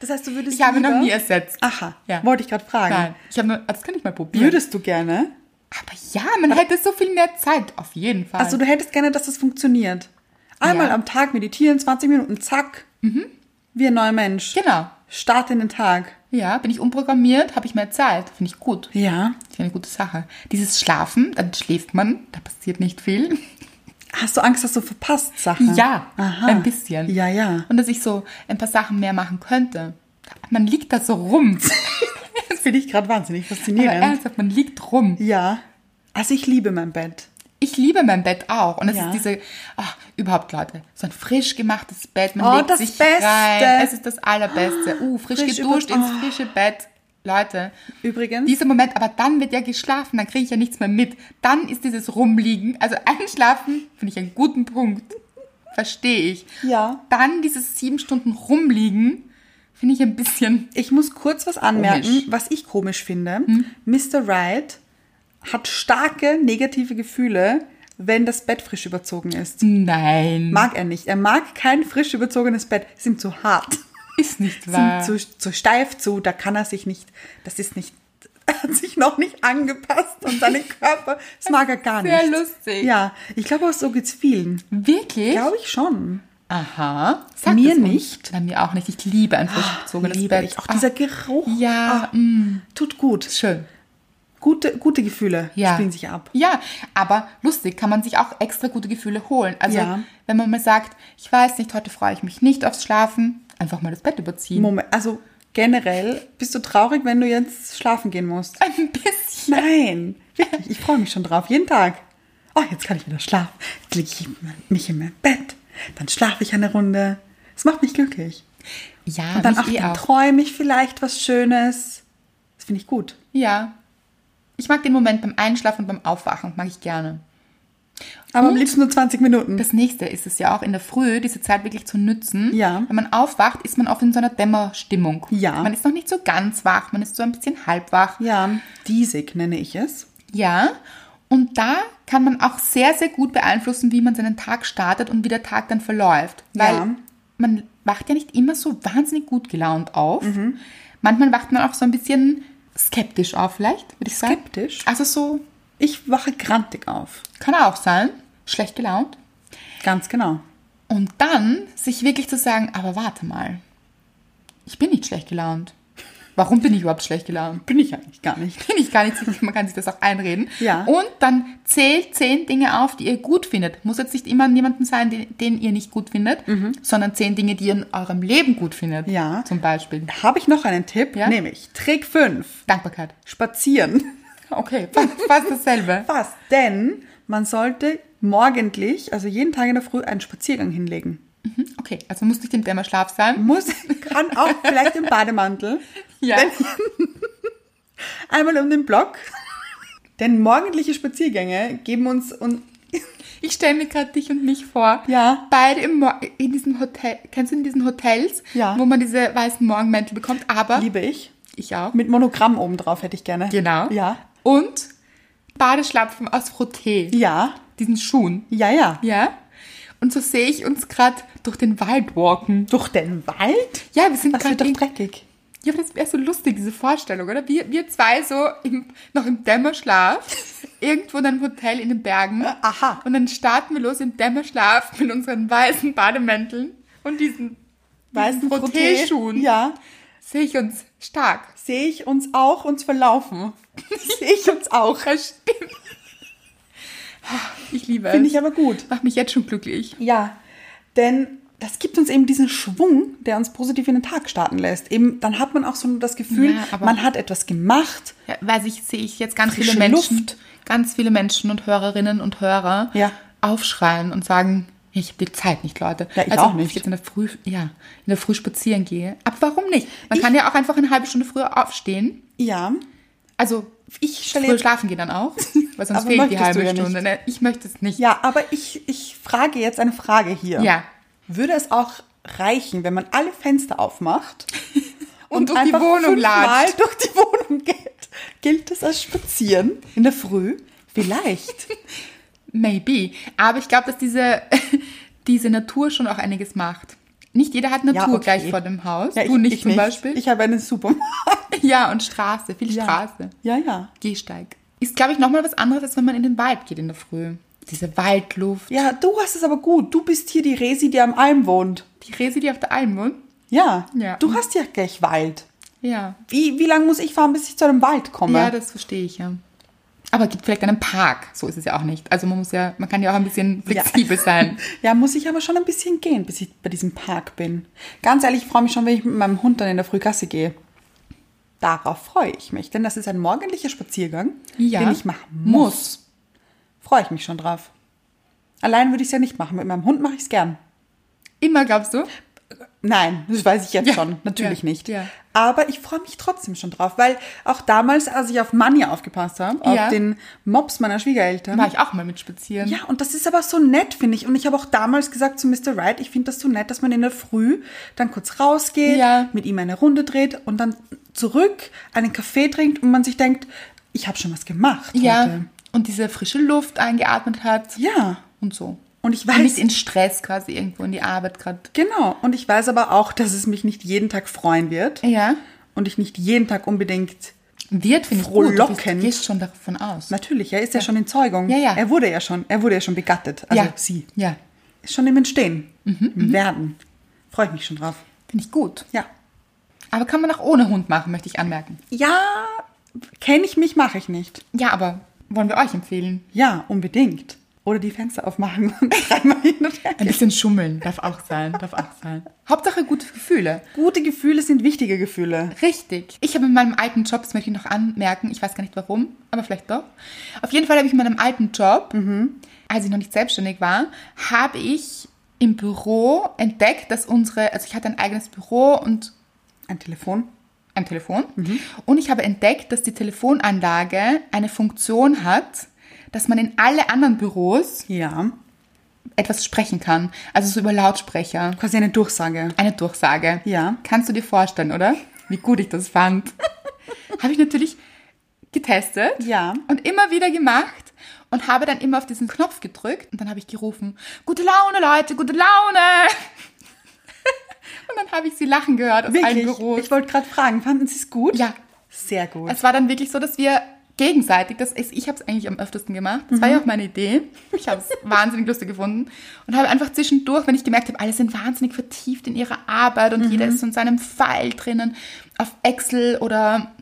B: das heißt, du würdest
A: Ich habe noch
B: lieber-
A: nie ersetzt.
B: Aha,
A: Ja.
B: wollte ich gerade fragen.
A: Nein, ich habe nur, das kann ich mal probieren.
B: Würdest du gerne?
A: Aber ja, man hätte so viel mehr Zeit, auf jeden Fall.
B: Also du hättest gerne, dass das funktioniert. Einmal
A: Ja. Mhm.
B: am Tag meditieren, 20 Minuten, zack. Wie ein neuer Mensch.
A: genau.
B: Start in den Tag.
A: Ja, bin ich umprogrammiert, habe ich mehr Zeit. Finde ich gut.
B: Ja.
A: Das ist eine gute Sache. Dieses Schlafen, dann schläft man, da passiert nicht viel.
B: Hast du Angst, dass du verpasst Sachen?
A: Ja,
B: Aha.
A: ein bisschen.
B: Ja, ja.
A: Und dass ich so ein paar Sachen mehr machen könnte. Man liegt da so rum.
B: Das finde ich gerade wahnsinnig
A: Aber
B: faszinierend.
A: ernsthaft, man liegt rum.
B: Ja. Also ich liebe mein Bett.
A: Ich liebe mein Bett auch. Und es
B: Ja.
A: ist diese, ach, überhaupt Leute, so ein frisch gemachtes Bett. Man
B: Oh,
A: legt
B: das
A: sich
B: Beste. Ah,
A: rein. Es ist das Allerbeste. Uh, frisch,
B: Frisch
A: geduscht
B: über-
A: ins
B: oh.
A: frische Bett. Leute,
B: Übrigens.
A: dieser Moment, aber dann wird ja geschlafen, dann kriege ich ja nichts mehr mit. Dann ist dieses Rumliegen, also einschlafen, finde ich einen guten Punkt. Verstehe ich.
B: Ja.
A: Dann dieses sieben Stunden Rumliegen, finde ich ein bisschen.
B: Ich muss kurz was anmerken,
A: Komisch. Hm?
B: was ich komisch finde. Mr. Right hat starke negative Gefühle, wenn das Bett frisch überzogen
A: Hm.
B: ist.
A: Nein.
B: Mag er nicht. Er mag kein frisch überzogenes Bett. Ist ihm zu hart.
A: ist nicht
B: Ist ihm
A: wahr.
B: zu, zu steif zu. Da kann er sich nicht. Das ist nicht. Er hat sich noch nicht angepasst und seinen Körper. Das mag er gar nicht.
A: Sehr lustig.
B: Ja, ich glaube, auch so geht's vielen.
A: Wirklich?
B: Glaube ich schon.
A: Aha. Sag
B: Mir
A: das uns.
B: nicht.
A: Na,
B: Ah,
A: mir auch nicht. Ich liebe ein frisch bezogenes
B: Liebe
A: Bett.
B: ich. Auch
A: Ah,
B: dieser Geruch.
A: Ja, mm,
B: Ah, tut gut.
A: schön.
B: Gute, gute Gefühle
A: Ja.
B: spielen sich ab.
A: Ja, aber lustig kann man sich auch extra gute Gefühle holen. Also,
B: Ja.
A: wenn man mal sagt, ich weiß nicht, heute freue ich mich nicht aufs Schlafen, einfach mal das Bett überziehen.
B: Moment, also generell bist du traurig, wenn du jetzt schlafen gehen musst?
A: Ein bisschen.
B: Nein, wirklich, ich freue mich schon drauf, jeden Tag. Oh, jetzt kann ich wieder schlafen. Jetzt lege ich mich in mein Bett, dann schlafe ich eine Runde. Es macht mich glücklich.
A: Ja,
B: Und dann,
A: mich
B: ach,
A: eh
B: dann
A: auch.
B: träume ich vielleicht was Schönes. Das finde ich gut.
A: Ja. Ich mag den Moment beim Einschlafen und beim Aufwachen, mag ich gerne.
B: Aber am liebsten nur 20 Minuten.
A: Das nächste ist es ja auch in der Früh, diese Zeit wirklich zu nützen.
B: Ja.
A: Wenn man aufwacht, ist man oft in so einer Dämmerstimmung.
B: Ja.
A: Man ist noch nicht so ganz wach, man ist so ein bisschen halbwach.
B: ja, diesig nenne ich es.
A: Ja. Und da kann man auch sehr, sehr gut beeinflussen, wie man seinen Tag startet und wie der Tag dann verläuft. Weil
B: Ja.
A: man wacht ja nicht immer so wahnsinnig gut gelaunt auf.
B: Mhm.
A: Manchmal wacht man auch so ein bisschen skeptisch auf, vielleicht, würde ich sagen.
B: Skeptisch?
A: Also so,
B: Ich wache grantig auf.
A: kann auch sein. Schlecht gelaunt.
B: Ganz genau.
A: Und dann sich wirklich zu sagen, aber warte mal, ich bin nicht schlecht gelaunt. Warum bin ich überhaupt schlecht gelaunt?
B: Bin ich eigentlich gar nicht.
A: Bin ich gar nicht sicher, man kann sich das auch einreden.
B: Ja.
A: Und dann zählt zehn Dinge auf, die ihr gut findet. Muss jetzt nicht immer jemanden sein, den, den ihr nicht gut findet, sondern zehn Dinge, die ihr in eurem Leben gut findet.
B: Ja.
A: Zum Beispiel.
B: Habe ich noch einen Tipp,
A: Ja?
B: nämlich Trick 5,
A: Dankbarkeit.
B: spazieren.
A: Okay, fast, fast dasselbe.
B: Was? Denn man sollte morgendlich, also jeden Tag in der Früh, einen Spaziergang hinlegen.
A: Mhm, Okay, also muss nicht im Dämmerschlaf sein.
B: Muss, kann auch vielleicht im Bademantel.
A: Ja.
B: Einmal um den Block. Denn morgendliche Spaziergänge geben uns un
A: Ich stelle mir gerade dich und mich vor.
B: Ja.
A: Beide im Mo in diesen Hotel, kennst du in diesen Hotels,
B: Ja.
A: wo man diese weißen Morgenmäntel bekommt, aber
B: liebe ich.
A: ich auch.
B: Mit Monogramm oben drauf hätte ich gerne.
A: Genau.
B: Ja.
A: Und Badeschlapfen aus Frottee,
B: Ja.
A: diesen Schuhen.
B: Ja, ja.
A: Ja. Und so sehe ich uns gerade durch den Wald walken.
B: Durch den Wald?
A: Ja, wir sind
B: Das
A: gerade
B: wird doch
A: in-
B: dreckig.
A: Ja, aber das wäre so lustig, diese Vorstellung, oder? Wir, wir zwei so im, noch im Dämmerschlaf, irgendwo in einem Hotel in den Bergen.
B: Äh, aha.
A: Und dann starten wir los im Dämmerschlaf mit unseren weißen Bademänteln und diesen
B: Weißen
A: Frottee-Schuhen.
B: Ja.
A: sehe ich uns stark.
B: Sehe ich uns auch uns verlaufen. Sehe ich uns auch.
A: Stimmt. Ich liebe
B: Finde
A: es.
B: ich aber gut.
A: Macht mich jetzt schon glücklich.
B: Ja, denn das gibt uns eben diesen Schwung, der uns positiv in den Tag starten lässt. Eben, dann hat man auch so das Gefühl,
A: Ja, aber-
B: man hat etwas gemacht.
A: Ja, weiß ich, sehe ich jetzt ganz
B: Frische
A: viele Menschen,
B: Luft.
A: ganz viele Menschen und Hörerinnen und Hörer
B: Ja.
A: aufschreien und sagen, "Ja, ich habe die Zeit nicht, Leute.
B: Ja, ich
A: also,
B: auch
A: wenn
B: nicht.
A: Ich jetzt in der Früh, ja, in der Früh spazieren gehe. Aber warum nicht? Man kann ja auch einfach eine halbe Stunde früher aufstehen.
B: Ja,
A: Also
B: ich stelle
A: früher
B: jetzt,
A: schlafen gehen dann auch, weil sonst
B: Aber
A: fehlt die
B: möchtest du
A: halbe
B: ja nicht.
A: Stunde. Ne, Ich möchte es nicht.
B: ja, aber ich, ich frage jetzt eine Frage hier.
A: Ja.
B: Würde es auch reichen, wenn man alle Fenster aufmacht
A: Und durch die
B: einfach
A: Wohnung
B: fünfmal
A: latscht?
B: durch die Wohnung geht? Gilt das als Spazieren in der Früh? Vielleicht.
A: Maybe. Aber ich glaube, dass diese, diese Natur schon auch einiges macht. Nicht jeder hat Natur
B: Ja, okay.
A: gleich vor dem Haus.
B: Ja,
A: du nicht zum Beispiel.
B: Ich habe einen Supermarkt.
A: ja, und Straße, viel Straße.
B: Ja, ja.
A: Gehsteig. Ist, glaube ich, nochmal was anderes, als wenn man in den Wald geht in der Früh. Diese Waldluft.
B: Ja, du hast es aber gut. Du bist hier die Resi, die am Alm wohnt.
A: Die Resi, die auf der Alm wohnt.
B: Ja,
A: Ja.
B: du hast ja gleich Wald.
A: Ja.
B: Wie, wie lange muss ich fahren, bis ich zu einem Wald komme?
A: Ja, das verstehe ich, ja. Aber es gibt vielleicht einen Park. So ist es ja auch nicht. Also man muss ja, man kann ja auch ein bisschen flexibel sein.
B: Ja, muss ich aber schon ein bisschen gehen, bis ich bei diesem Park bin. Ganz ehrlich, ich freue mich schon, wenn ich mit meinem Hund dann in der Frühgasse gehe. Darauf freue ich mich, denn das ist ein morgendlicher Spaziergang,
A: Ja.
B: den ich machen muss. Freue ich mich schon drauf. Allein würde ich es ja nicht machen. Mit meinem Hund mache ich es gern.
A: Immer, glaubst du?
B: Nein, das weiß ich jetzt
A: Ja,
B: schon, natürlich
A: ja,
B: nicht.
A: ja.
B: Aber ich freue mich trotzdem schon drauf, weil auch damals, als ich auf Manja aufgepasst habe,
A: Ja.
B: auf den Mops meiner Schwiegereltern.
A: War ich auch mal mit spazieren.
B: ja, und das ist aber so nett, finde ich. Und ich habe auch damals gesagt zu Mr. Wright, ich finde das so nett, dass man in der Früh dann kurz rausgeht,
A: Ja.
B: mit ihm eine Runde dreht und dann zurück einen Kaffee trinkt und man sich denkt, ich habe schon was gemacht
A: ja.
B: heute.
A: Und diese frische Luft eingeatmet hat.
B: Ja.
A: und so.
B: Und ich
A: Nicht
B: weiß,
A: in Stress quasi irgendwo in die Arbeit gerade.
B: genau. Und ich weiß aber auch, dass es mich nicht jeden Tag freuen wird.
A: Ja.
B: Und ich nicht jeden Tag unbedingt
A: Wird, finde ich gut. Du bist-
B: Frohlockend.
A: gehst schon davon aus.
B: Natürlich, er ist ja, schon in Zeugung.
A: Ja, ja.
B: Er wurde ja schon, er wurde ja schon begattet. Also
A: ja. Mhm,
B: sie.
A: Ja.
B: Ist schon im Entstehen. Im Werden. Freue ich mich schon drauf.
A: Finde ich gut.
B: Ja.
A: Aber kann man auch ohne Hund machen, möchte ich anmerken.
B: Ja, kenne ich mich, mache ich nicht.
A: Ja, aber wollen wir euch empfehlen.
B: Ja, unbedingt. Oder die Fenster aufmachen und dreimal hin und her.
A: Ein bisschen schummeln. Darf auch sein. Darf auch sein. Hauptsache gute Gefühle.
B: Gute Gefühle sind wichtige Gefühle.
A: Richtig. Ich habe in meinem alten Job, das möchte ich noch anmerken, ich weiß gar nicht warum, aber vielleicht doch. Auf jeden Fall habe ich in meinem alten Job, als ich noch nicht selbstständig war, habe ich im Büro entdeckt, dass unsere, also ich hatte ein eigenes Büro und
B: Ein Telefon.
A: ein Telefon. Und ich habe entdeckt, dass die Telefonanlage eine Funktion hat, dass man in alle anderen Büros
B: Ja.
A: etwas sprechen kann. Also so über Lautsprecher.
B: Quasi eine Durchsage.
A: Eine Durchsage.
B: Ja.
A: Kannst du dir vorstellen, oder? Wie gut ich das fand. habe ich natürlich getestet.
B: Ja.
A: Und immer wieder gemacht. Und habe dann immer auf diesen Knopf gedrückt. Und dann habe ich gerufen, gute Laune, Leute, gute Laune. und dann habe ich sie lachen gehört aus allen
B: Wirklich.
A: Büros.
B: Ich wollte gerade fragen, fanden Sie es gut?
A: Ja. Also
B: Sehr gut.
A: Es war dann wirklich so, dass wir gegenseitig, das ist, ich habe es eigentlich am öftesten gemacht, das war ja auch meine Idee, ich habe es wahnsinnig lustig gefunden und habe einfach zwischendurch, wenn ich gemerkt habe, alle sind wahnsinnig vertieft in ihrer Arbeit und jeder ist so in seinem Fall drinnen, auf Excel oder,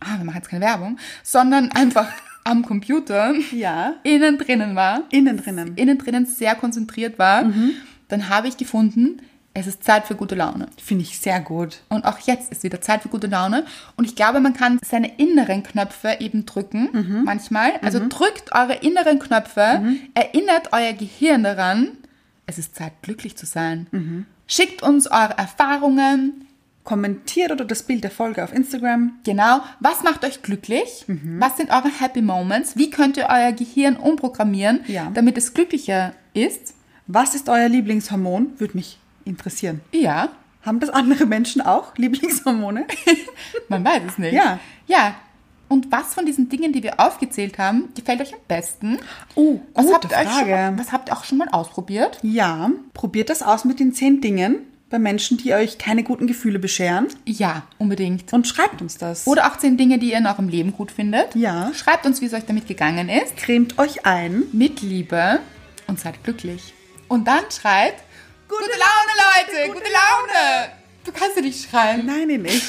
A: ah, wir machen jetzt keine Werbung, sondern einfach am Computer
B: Ja.
A: innen drinnen war,
B: Innen drinnen.
A: innen drinnen sehr konzentriert war, dann habe ich gefunden, es ist Zeit für gute Laune.
B: Finde ich sehr gut.
A: Und auch jetzt ist wieder Zeit für gute Laune. Und ich glaube, man kann seine inneren Knöpfe eben drücken,
B: Mhm.
A: manchmal. Also drückt eure inneren Knöpfe, erinnert euer Gehirn daran, es ist Zeit, glücklich zu sein.
B: Mhm.
A: Schickt uns eure Erfahrungen.
B: Kommentiert oder das Bild der Folge auf Instagram.
A: Genau, was macht euch glücklich?
B: Mhm.
A: Was sind eure Happy Moments? Wie könnt ihr euer Gehirn umprogrammieren,
B: Ja.
A: damit es glücklicher ist?
B: Was ist euer Lieblingshormon? Würde mich interessieren.
A: Ja,
B: Haben das andere Menschen auch? Lieblingshormone?
A: man weiß es nicht.
B: Ja.
A: Ja. Und was von diesen Dingen, die wir aufgezählt haben, gefällt euch am besten?
B: Oh,
A: Was
B: gute
A: habt, ihr euch schon,
B: Frage.
A: mal- was habt ihr auch schon mal ausprobiert?
B: Ja, probiert das aus mit den zehn Dingen bei Menschen, die euch keine guten Gefühle bescheren.
A: Ja, unbedingt.
B: Und schreibt uns das.
A: Oder auch zehn Dinge, die ihr in eurem Leben gut findet.
B: Ja.
A: Schreibt uns, wie es euch damit gegangen ist.
B: cremt euch ein.
A: Mit Liebe und seid glücklich. Und dann schreit, gute, Laune, Leute, gute, Laune. Du kannst ja nicht schreien.
B: Nein, ihr nicht.